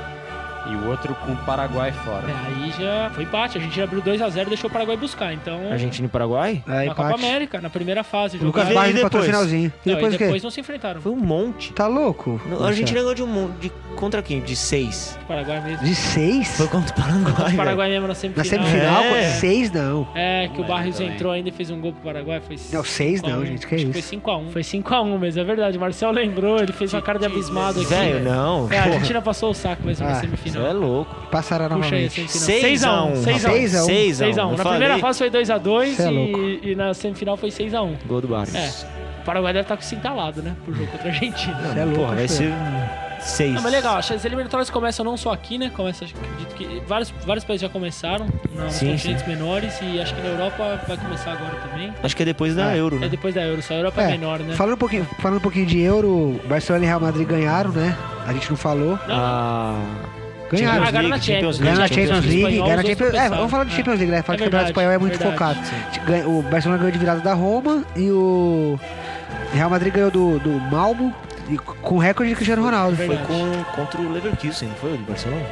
E o outro com o Paraguai fora. é, aí já foi empate. A gente abriu 2x0 e deixou o Paraguai buscar. Então, Argentina e Paraguai? É, na Copa empate. América, na primeira fase. O Lucas Vai, e Barros empatou o depois? finalzinho. E Não, depois e o quê? depois não se enfrentaram. Foi um monte. Tá louco? Não, A Argentina ganhou de um monte. De, contra quem? De seis. O Paraguai mesmo. De seis? Foi contra o Paraguai. O velho. Paraguai mesmo na Na semifinal. semifinal? É. pô, Seis não. É, que o Não lembro Barrios também. entrou ainda e fez um gol pro Paraguai. Foi um. Não, seis não, gente, que acho isso. Foi 5x1. Foi 5x1 mesmo, é verdade. O Marcel lembrou, ele fez uma cara de abismado aqui. Velho, não. É, a porra. Argentina passou o saco mesmo Ah, na Isso semifinal. é louco. Passará Puxa aí a um. novamente. semifinal. 6x1. 6x1. 6x1. 6x1. Na primeira fase foi 2x2 Cê é louco. e, e na semifinal foi 6x1. Gol do Barros. É. O Paraguai deve estar com isso entalado, né? Pro jogo contra a Argentina. Cê é louco, Porra, vai acho ser 6. Não, mas legal, acho que as eliminatórias começam não só aqui, né? Começa, acho que- acredito que vários, vários países já começaram, nos Sim, continentes menores, e acho que na Europa vai começar agora também. Acho que é depois da É. Euro, né? É depois da Euro, só a Europa é, É, menor, né? Falando um, pouquinho, falando um pouquinho de euro, Barcelona e Real Madrid ganharam, né? A gente não falou. Não, Ah, Ganharam. Ah, ganharam na Champions. Ganharam na Champions League, Espanhol, ganharam os na Champions outros É, pensaram. vamos falar do É. Champions League, né? Falar É que o Campeonato verdade, Espanhol é muito verdade. focado. Ganha- O Barcelona ganhou de virada da Roma e o Real Madrid ganhou do, do Malmo e com recorde de Cristiano Ronaldo. Verdade. foi com, contra o Leverkusen, não foi? Do Barcelona?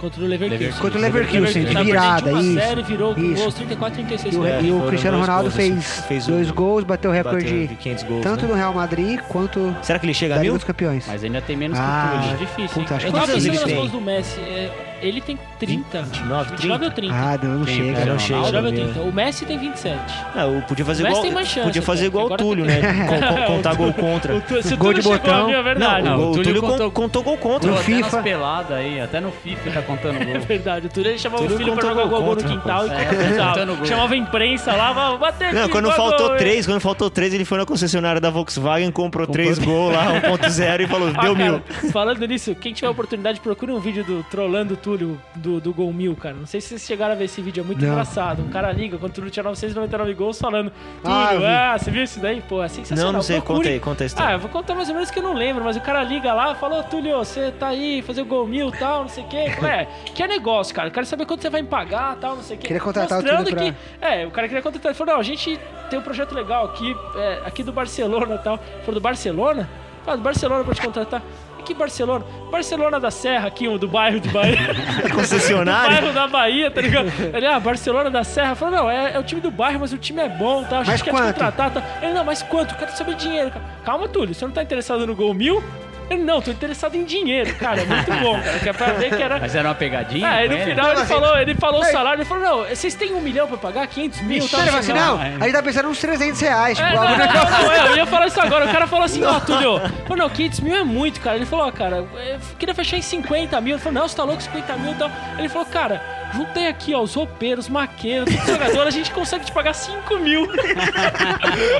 Contra o Leverkusen. Contra o Leverkusen, de virada, isso. Série, virou com isso. gols 34, 36. E o, É, e o foram Cristiano dois Ronaldo gols, fez, fez dois um- gols, bateu o recorde Bateu de 500 gols, É, tanto né? do Real Madrid quanto Será que ele chega da a Liga mil? dos Campeões. Mas ainda tem menos que o Ah, Tule. É difícil, hein? Puta, acho Eu que tava quantos anos pensando ele nas tem? gols do Messi. é, ele tem 30. 29, 29 ou 30? Ah, não, não Tem, chega. cara, não Ronaldo, chega. 29 ou né? 30. O Messi tem 27. Ah, eu podia fazer O Messi igual, tem mais chance, podia fazer até, igual o porque agora tá- Túlio, né? Co- co- contar gol contra. O Tu- Se o Gol Túlio de chegou botão. a mim, é verdade. Não, Não, o, o Túlio, Túlio contou, contou gol contra. No Até nas FIFA. peladas aí, até no FIFA tá contando É *laughs* gol. verdade, o Túlio ele chamava Túlio o filho pra contou jogar gol gol, no contra, quintal rapaz. e É, contando contava. gol. Chamava a imprensa lá, vai bater Não, aqui, quando gol, faltou gol, hein? três, quando faltou três, ele foi na concessionária da Volkswagen, comprou três gols lá, 1.0 e *laughs* falou, Ah, deu mil. cara, Falando nisso, quem tiver oportunidade, procure um vídeo do Trollando o Túlio do, do Gol Mil, cara. Não sei se vocês chegaram a ver esse vídeo, é muito Não. engraçado. Um cara liga quando o Túlio tinha 999 gols falando: Ah, eu Túlio, vi. ah, você viu isso daí? Pô, é sensacional. Não, não sei, Procure. conta aí, conta a história. Ah, eu vou contar mais ou menos que eu não lembro, mas o cara liga lá, falou, Túlio, você tá aí, fazer o gol mil e tal, não sei o quê. Eu falei, é, que é negócio, cara. Eu quero saber quanto você vai me pagar tal, não sei o quê. Queria contratar o Mostrando Túlio pra- que. É, o cara queria contratar. Ele falou, não, a gente tem um projeto legal aqui, é, aqui do Barcelona e tal. Ele Falou, do Barcelona? Ah, do Barcelona pra te contratar. Que Barcelona? Barcelona da Serra aqui, um do bairro de *laughs* Bahia. *laughs* Concessionária? bairro da Bahia, tá ligado? Ele, ah, Barcelona da Serra. Falou, não, é, é o time do bairro, mas o time é bom, tá? A gente Mas quer quanto? te contratar, tá? Ele, não, mas quanto? Eu Quero saber dinheiro, cara. Calma, Túlio, você não tá interessado no gol mil? Ele, não, tô interessado em dinheiro, cara. É muito bom, cara. Que é pra ver que era... Mas era uma pegadinha? Ah, aí no né? final ele assim, falou, ele falou o aí- salário, ele falou, não, vocês têm um milhão pra pagar? 500 mil, tá? Sério, assim, sei lá. não, a gente tá pensando uns 300 reais. Tipo, É, não, algo- não, não, não, é, eu ia falar isso agora. O cara falou assim, ó, Túlio, falou, não, 500 mil é muito, cara. Ele falou, ó, cara, eu queria fechar em 50 mil. Ele falou, não, você tá louco, 50 mil e tal. Ele falou, cara, juntei aqui, ó, os roupeiros, maqueiros, os jogadores, a gente consegue te pagar 5 mil. *laughs*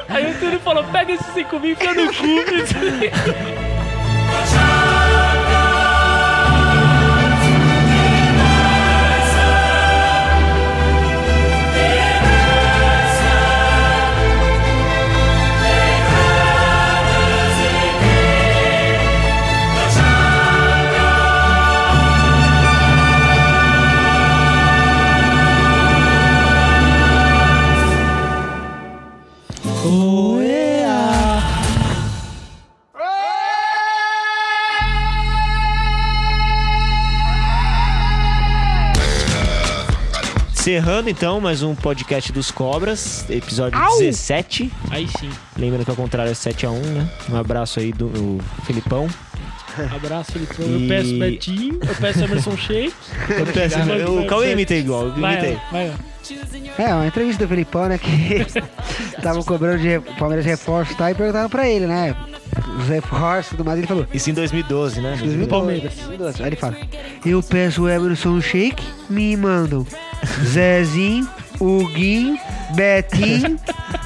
Aí o Túlio falou, pega esses 5 mil e fica no cu. *laughs* encerrando então mais um podcast dos Cobras, episódio Au! 17. Aí sim. Lembrando que ao contrário é 7 a 1 né? Um abraço aí do, do Felipão. Abraço, Felipe. E- Eu peço Betinho, eu peço Emerson *laughs* Shakes. né? O Cauê imita igual, eu Vai, imitei. vai, vai. É, uma entrevista do Felipão, né? Que *laughs* estavam cobrando de re- Palmeiras reforço e tal, e perguntaram pra ele, né? Os reforços e tudo mais, ele falou. Isso em 2012, né? 2012, Palmeiras. 2012. Aí ele fala: Eu peço o Emerson Shake, me mandam Zezinho, Huguinho, Betinho.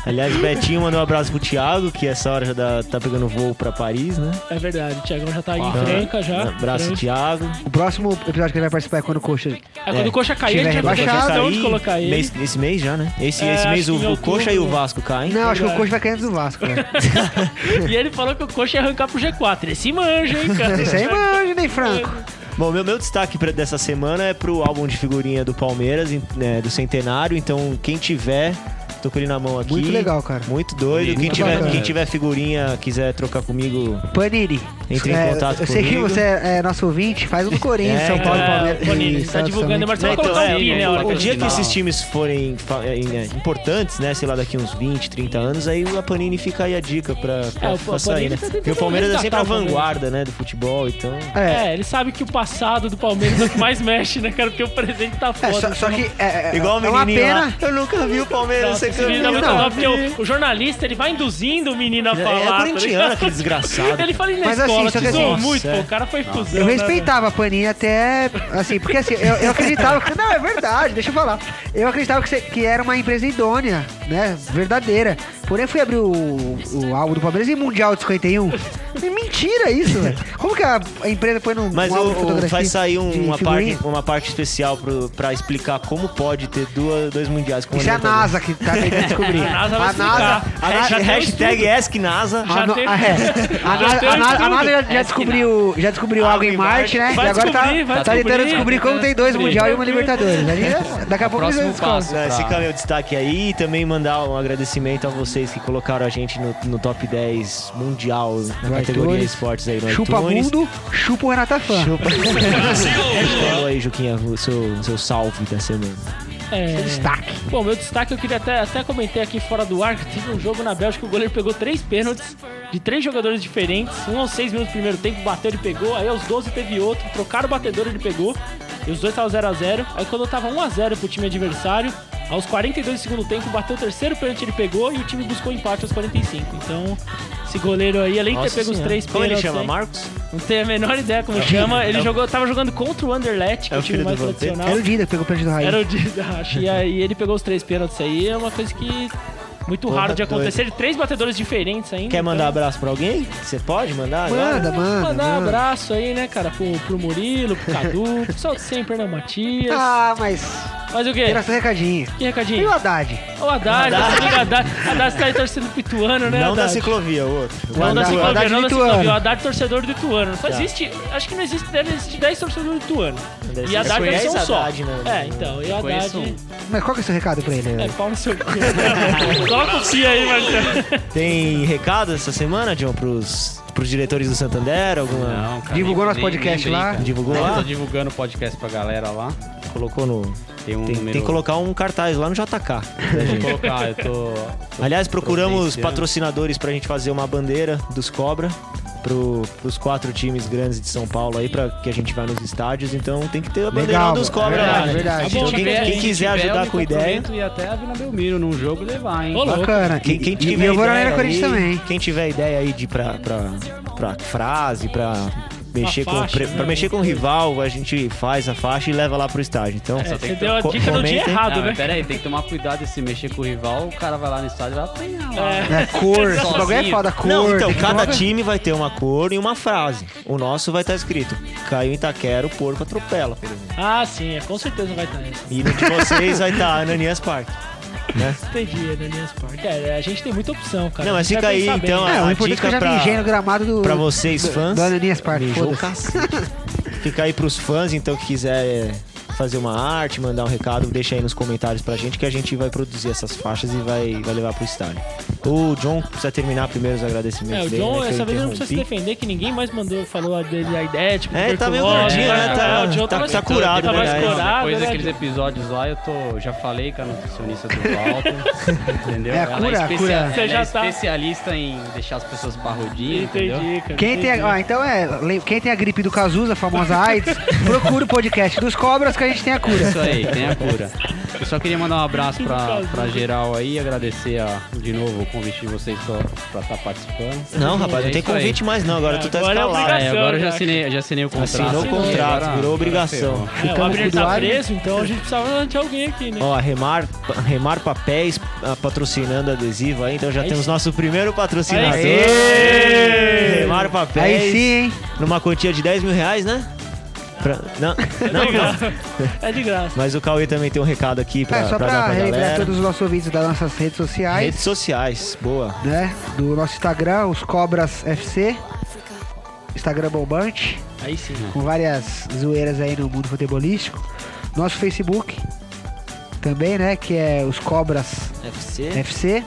Aliás, Betinho mandou um abraço pro Thiago, que essa hora já dá- tá pegando voo pra Paris, né? É verdade, o Tiagão já tá aí em Então, franca já. Abraço, Franca. Thiago. O próximo episódio que ele vai participar é quando o Coxa. Aí quando É. o Coxa cair, a gente já Tiver vai ter rebaixado, questão Sair de colocar ele. tá mês- esse mês já, né? Esse, É, esse acho mês que o, em o Coxa e o outubro. Vasco caem. Não, acho que o Verdade. Coxa vai cair antes do Vasco, né? velho. E ele falou que o Coxa ia arrancar pro G4. Ele se manja, hein, *laughs* cara. Isso aí manja, Ney Franco. Bom, meu, meu destaque pra- dessa semana é pro álbum de figurinha do Palmeiras, em- né, do Centenário. Então, quem tiver, tô com ele na mão aqui. Muito legal, cara. Muito doido. Quem Muito tiver, bacana. quem tiver figurinha, quiser trocar comigo. Panini. Entre em É, contato Eu sei que comigo. você é é nosso ouvinte, faz um do Corinthians, É, São Paulo, então, Palmeiras. é, Panini, Isso, tá divulgando, somente- mas Você vai colocar um pi, né, a hora é, o que dia que final. esses times forem fa- eh, eh, importantes, né? Sei lá, daqui uns 20, 30 anos, aí a Panini fica aí a dica pra, pra, É, o pra Pa- sair, Panini né? tá Porque o tentando Palmeiras é sempre resgatar a o Palmeiras. vanguarda, né? Do futebol, então. É, É, ele sabe que o passado do Palmeiras é o que mais mexe, né, cara? Porque o presente tá é, foda. só, só que. É, é- Igual o é uma menininho lá, pena. Eu nunca vi o Palmeiras ser Esse menino campeão. tá não, muito não. louco, porque o, o jornalista ele vai induzindo o menino a É, falar. é tá corintiano, ligado? aquele desgraçado. Ele fala ele na Mas assim, escola, só te que assim, zoou nossa, muito, é. pô. O cara foi fusão. Eu né, respeitava a Panini até. Assim, porque assim, eu, eu acreditava. que- Não, é verdade, deixa eu falar. Eu acreditava que, você- que era uma empresa idônea, né? Verdadeira. Porém, fui abrir o, o álbum do Palmeiras e Mundial de 51. É Mentira isso, velho. Como que a, a empresa põe num. Mas um o- álbum de o- fotografia, vai sair um- de uma, figurinha? parte, uma parte especial pro, pra explicar como pode ter duas, dois mundiais com Isso é a Libertadores. NASA que tá tentando *laughs* descobrir. A NASA vai explicar. A Já hashtag, tem o hashtag AskNasa. *laughs* *laughs* Já A no- teve ah, é. A Já NASA- teve a NASA- a tudo. NASA já- já descobriu, já descobriu Ah, algo em Marte, né? Vai e agora tá, descobrir, vai tá tentando descobrir. descobrir como tem dois Descobrir. Mundial e uma Libertadores. A gente- daqui a pouco eles Próximo descobrem. passo. Né, pra- Fica meu destaque aí e também mandar um agradecimento a vocês que colocaram a gente no, no top 10 mundial na categoria iTunes. esportes aí no Chupa iTunes. mundo, chupa o Renata Fã. Chupa. *laughs* Fala aí, Juquinha, o seu, seu salve da semana. É. Destaque. Bom, meu destaque eu queria até, até comentei aqui fora do ar que teve um jogo na Bélgica, o goleiro pegou três pênaltis de três jogadores diferentes, um aos seis minutos do primeiro tempo, bateu ele pegou, aí aos 12 teve outro, trocaram o batedor ele pegou, e os dois estavam 0x0, aí quando tava 1x0 pro time adversário, aos 42 do segundo tempo, bateu o terceiro pênalti ele pegou e o time buscou empate aos 45, então esse goleiro aí, além de ter pego os três Como ele pênaltis... chama? aí- Marcos? Não tenho a menor ideia como chama, ele é o- jogou, tava jogando contra o Anderlecht, que É é o o time filho do mais Van Persie? tradicional. Era o Dida que pegou o prédio do Raí. Era o Dida, *laughs* acho. E aí ele pegou os três pênaltis aí, é uma coisa que. Muito Porra, raro de acontecer. doido. De Três batedores diferentes ainda. Quer então- mandar abraço pra alguém? Você pode mandar agora? Manda, manda, Mandar um manda. abraço aí, né, cara, pro, pro Murilo, pro *laughs* Cadu, pro Sol de Sempre, né, Matias. Ah, mas... Mas o quê? Era só recadinho. Que E recadinho? o Haddad? Ô, Haddad, Haddad. nosso amigo Haddad. Haddad tá aí torcendo pro é Ituano, né, Não da Haddad? ciclovia, o outro. Não da Haddad- o ciclovia, Haddad não do da Ituano. ciclovia. O Haddad torcedor do Ituano. Só Tá. existe... Acho que não existe... Deve existir 10 torcedores do Ituano. Deve E a ser- Haddad deve ser um Conhece só. Haddad, né? É, então. E o Haddad... conheço um. Mas qual que é o seu recado pra um. ele? É, pau no *laughs* seu cu. Coloca o pi aí, Marcelo. Tem recado essa semana, John, pros, pros diretores do Santander? Alguma. Não, cara, Divulgou nem- nosso nem podcast lembrei, lá. cara. Divulgou É, lá? Tô divulgando o podcast pra galera lá. Colocou no. Tem um Tem, número. tem que colocar um cartaz lá no JK. *laughs* da Vou gente. colocar, eu tô. tô- Aliás, tô procuramos pensando. patrocinadores pra gente fazer uma bandeira dos Cobra pro, pros quatro times grandes de São Paulo aí, pra que a gente vá nos estádios. Então tem que ter a bandeira Legal, é dos Cobra verdade, lá, né? verdade. Então, Tá bom, quem, tiver- quem se quiser tiver, eu ajudar me com ideia. comprometo E até a Vila Belmiro num jogo levar, hein? Ô, louco. Bacana. Quem, quem E- tiver e eu vou na ideia Arena Corinthians aí, também. Quem tiver ideia aí de pra, pra, pra frase, pra mexer com faixa, pre- né? pra mexer com o rival, a gente faz a faixa e leva lá pro estádio. Então, É, tem você que deu a co- dica no dia comentem. errado, Não, né? Ah, mas pera aí, tem que tomar cuidado de se mexer com o rival, o cara vai lá no estádio e vai apanhar lá. né? É. É, cor. Esse bagulho é assim. Sozinho. foda, cor. Não, então, tem que cada tomar- time vai ter uma cor e uma frase. O nosso vai estar escrito: Caiu em Itaquera, o porco atropela. por exemplo. Ah, sim, é, com certeza vai estar essa. E no de vocês vai estar Ananias Park. Entendi, Daniel Park. É, a gente tem muita opção, cara. Não, A mas gente fica vai aí pensar bem. né? então É, o a importante é que eu dica já mijei no pra, gramado do... pra vocês fãs. do Hum. Ananias Park, Mijou o foda-se. cacete. Fica aí pros fãs, então, que quiser é, fazer uma arte, mandar um recado, deixa aí nos comentários pra gente que a gente vai produzir essas faixas e vai, vai levar pro estádio. O John precisa terminar primeiro os É, agradecimentos o dele. John, né, que eu essa vez ele não precisa se interrompi. defender, que ninguém mais mandou, falou dele a ideia, tipo, É, ele tá meio tuberculose, gordinho, né? Tá- o John tá- mais- tá curado, tá mais verdade. curado, Depois né? daqueles episódios lá, eu tô. Já falei com a nutricionista do *laughs* Walter. entendeu? É, a ela cura, a é, especi- cura. ela Você é já tá- especialista em deixar as pessoas parrudinhas. entendeu? Entendi, cara. Quem tem, entendi. a, ah, então é, le- quem tem a gripe do Cazuza, a famosa AIDS, procura o podcast dos cobras que a gente tem a cura. Isso aí, tem a cura. Eu só queria mandar um abraço pra, Cazuza. pra geral aí, agradecer a- de novo o convite de vocês pra estar participando. Não, rapaz, não É tem isso aí. convite mais não. Agora tu tá Agora é escalado. obrigação. É, agora eu já cara. assinei, eu já assinei o contrato. Assinou o Agora- contrato, virou obrigação. É, ferrou. o Chutamos Abner o cu do tá Abner. preso, então a gente precisava de alguém aqui, né? Ó, a remar, pa- remar papéis ah, patrocinando adesivo aí, então já Aí temos sim. nosso primeiro patrocinador. Aí sim. Remar papéis. Aí sim, hein? Numa quantia de 10 mil reais, né? Pra- Não, É de não, não. graça. É de graça. Mas o Cauê também tem um recado aqui pra, É, só pra pra, dar pra relembrar galera. todos os nossos ouvintes das nossas redes sociais, Redes sociais, boa. né? Do nosso Instagram, os Cobras FC, Instagram bombante, Aí sim. com várias zoeiras aí no mundo futebolístico. Nosso Facebook também, né? Que é os Cobras FC. FC.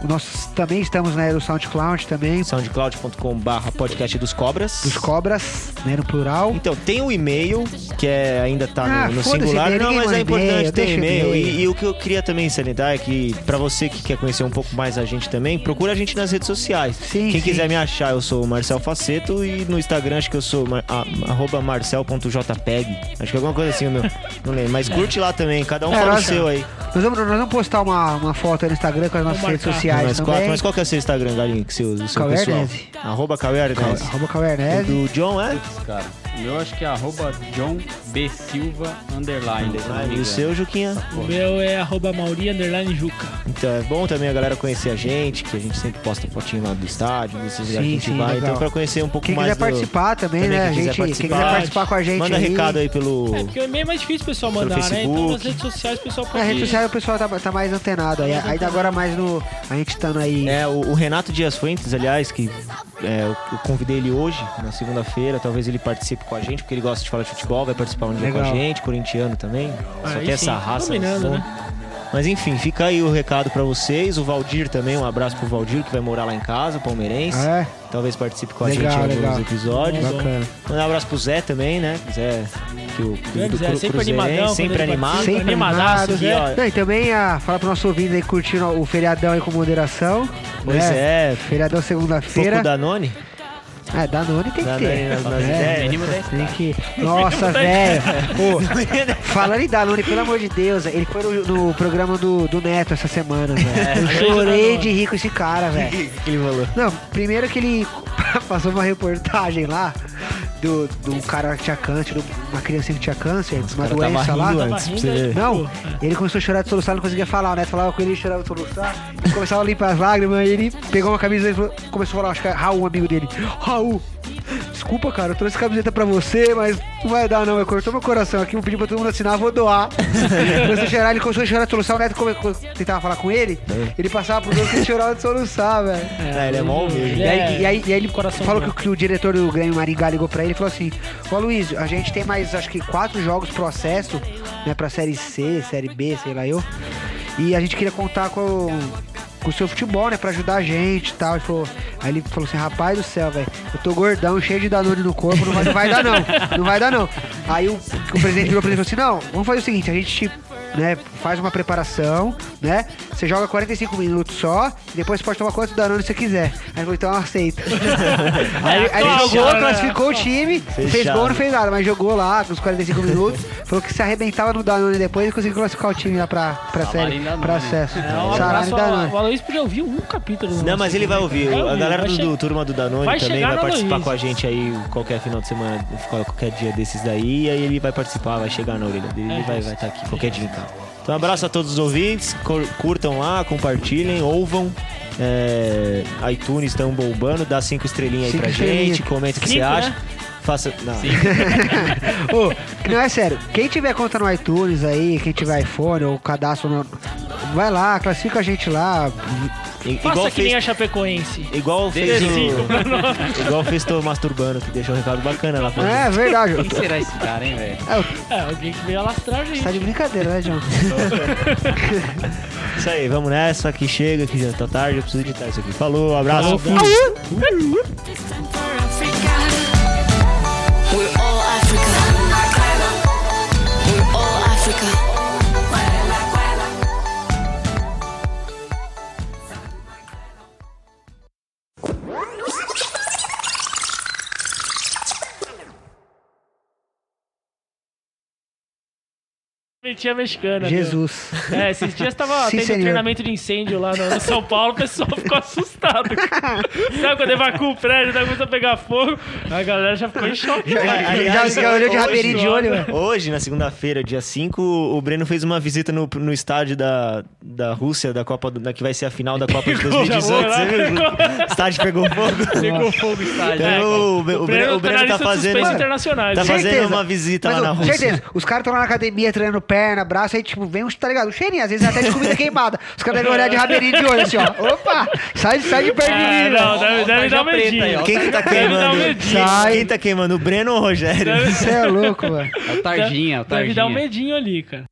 Nós também estamos na Aero SoundCloud também, Soundcloud.com/barra podcast dos cobras. dos Cobras, né? No plural. Então, tem um e-mail, que é, ainda tá no- Ah, no, foda-se, singular. ninguém Não, mas manda é importante e-mail, ter deixa o e-mail. e-mail. E, e o que eu queria também salientar é que, pra você que quer conhecer um pouco mais a gente também, procura a gente nas redes sociais. Sim, Quem sim. quiser me achar, eu sou o Marcel Faceto e no Instagram acho que eu sou mar, a- arroba marcel.jpeg. Acho que é alguma coisa assim o meu. Não lembro. Mas curte lá também, cada um É, fala o nós- seu aí. Nós vamos, nós vamos postar uma, uma foto aí no Instagram com as nossas Vamos redes marcar. sociais Nós quatro, também. mas qual que é o seu Instagram, galinha, que você usa? O seu Cauê pessoal? Arnese. Arroba Cauê Arnese. Arroba Cavernese. Do John, é? Cara, o meu acho que é arroba John B. Silva underline. se eu não me E o engano. seu, Juquinha? O meu é arroba Mauri underline Juca. Então é bom também a galera conhecer a gente, que a gente sempre posta fotinho lá do estádio, desses lugares que a gente sim, vai. legal. Então pra conhecer um pouco Quem mais quiser do... participar também, também né? quem a quiser gente, quem participar, quiser participar com a gente Manda aí. recado aí pelo... É, porque o e-mail é mais difícil o pessoal Pelo mandar, né? Então Facebook. nas redes sociais o pessoal pode. Na É, rede social o pessoal tá, tá mais antenado aí. Ainda agora mais no. A gente estando aí. É, o, o Renato Dias Fuentes, aliás, que é, eu, eu convidei ele hoje, na segunda-feira, talvez ele participe com a gente, porque ele gosta de falar de futebol, vai participar um dia com Legal. a gente, corintiano também. Só Aí que essa sim, tá raça. dominando, bom. né? Mas enfim, fica aí o recado pra vocês. O Valdir também, um abraço pro Valdir, que vai morar lá em casa, palmeirense. É. Talvez participe com Legal, a gente em alguns legal. episódios. Bacana. Mandar um abraço pro Zé também, né? Zé, que o Grande do Zé, Cru- sempre Cruzeirense, animadão, quando sempre ele animado. participa. Sempre Ah, animadaço, animados, né? né? Não, e também a, falar pro nosso ouvinte aí curtindo o feriadão aí com moderação. Pois né? é, Feriadão pouco segunda-feira. da Noni. *laughs* É, Danone tem que Danone ter. nas- nas É, ideias. mínimo tem *laughs* que... Nossa, velho. Pô, Falando em Danone, pelo amor de Deus, ele foi no, no programa do, do Neto essa semana, velho. Eu chorei de rir com esse cara, velho. que ele falou? Não, primeiro que ele *laughs* passou uma reportagem lá do, do cara que tinha câncer, de uma criança que tinha câncer, uma cara tava doença lá. tá rindo Tava tá antes, pra rindo, você aí, ver. tipo, Não, ele começou a chorar de soluçar, não conseguia falar, né? Falava com ele, ele chorava de soluçar, ele começava a limpar as lágrimas, aí ele pegou uma camisa e falou- começou a falar, acho que é Raul, um amigo dele. Raul, desculpa, cara, eu trouxe a camiseta pra você, mas não vai dar não, eu cortou meu coração aqui, vou pedir pra todo mundo assinar, vou doar. começou a chorar, ele começou a chorar de soluçar, o Neto come- co- tentava falar com ele, ele passava por dois e chorava de soluçar, velho. É, ele é mó humilde. E aí, É, e aí- e aí ele coração falou que, bom. o- que o diretor do Grêmio Maringá ligou pra ele e falou assim: Ô Luiz, a gente tem mais acho que quatro jogos processo, né, pra série C, série B, sei lá eu. E a gente queria contar com, com o seu futebol, né, pra ajudar a gente e tal. Ele falou, aí ele falou assim: rapaz do céu, velho, eu tô gordão, cheio de danone no corpo, não vai, não vai dar não, não vai dar não. Aí o, o presidente virou pra ele e falou assim: não, vamos fazer o seguinte, a gente te né? Faz uma preparação, né? Você joga 45 minutos só, e depois você pode tomar quanto danone você quiser. Aí ele falou, então eu aceito. aí, aí ele Fechado, jogou, né? classificou o time, Fechado. fez gol, não fez nada, mas jogou lá nos 45 minutos, falou que se arrebentava no Danone depois e conseguiu classificar o time lá pra, pra série, Danone. pra acesso. É, um Salário abraço ao, Danone. ao Aloysio podia ouvir um capítulo. do Não, nosso mas ele vai ouvir. Vai A ouvir, galera vai do, che- do Turma do Danone vai também chegar vai no participar Aloysio. com a gente aí qualquer final de semana, qualquer dia desses daí. E aí ele vai participar, vai chegar na orelha É dele, ele vai estar aqui qualquer dia em casa. Então, abraço a todos os ouvintes, cur- curtam lá, compartilhem, ouvam. É, iTunes estão bombando, dá cinco estrelinhas aí Cinco pra estrelinhas. gente, comenta o que Cinco, você acha. né? Faça. Não. Ô, não, é sério. Quem tiver conta no iTunes aí, quem tiver iPhone ou cadastro, no... vai lá, classifica a gente lá, I- Faça Igual que nem a fez, Chapecoense. igual *laughs* fez Decidam. o, igual fez o Masturbano, que deixou um recado bacana lá pra gente. É verdade. Quem será esse cara, hein, velho? É, alguém que veio alastrar a gente. Você tá de brincadeira, né, John? Isso aí, vamos nessa, que chega, que já tá tarde, eu preciso editar isso aqui. Falou, abraço. It's time for Africa. We're all Africa. We're all Africa. Mentira mexicana. meu. Jesus. É, esses dias tava *laughs* Sim, tendo senhor. treinamento de incêndio lá no, no São Paulo, o pessoal ficou assustado. *laughs* cara. Sabe quando evacua o prédio, tá começando a pegar fogo? A galera já ficou em choque. Já, cara. já, *laughs* já olhou de hoje, rabeirinho de né? olho, velho. Hoje, na segunda-feira, dia 5, o Breno fez uma visita no, no estádio da, da Rússia, da Copa do, da, que vai ser a final da Copa de 2018. já foi Você lá. viu? O estádio pegou fogo. Pegou fogo o estádio. Então, o, Bre- o Breno, o Breno tá fazendo. internacionais. Tá né? fazendo Certeza. uma visita Mas, lá na ô, Rússia. Certeza. Os caras estão lá na academia treinando perna, braço, aí tipo, vem uns, tá ligado? Um cheirinho, às vezes até de comida queimada. Os caras devem olhar de rabeirinho de olho, assim, ó. Opa! Sai, sai de perto de mim, Ah, velho. não, deve, deve Tá Tarja dar um preta aí, medinho. ó. Quem que tá Deve dar um queimando? medinho. Quem tá queimando? O Breno ou o Rogério? Deve- Você é louco, velho. É o Targinha, é o Tá Deve dar um Targinha. medinho ali, cara.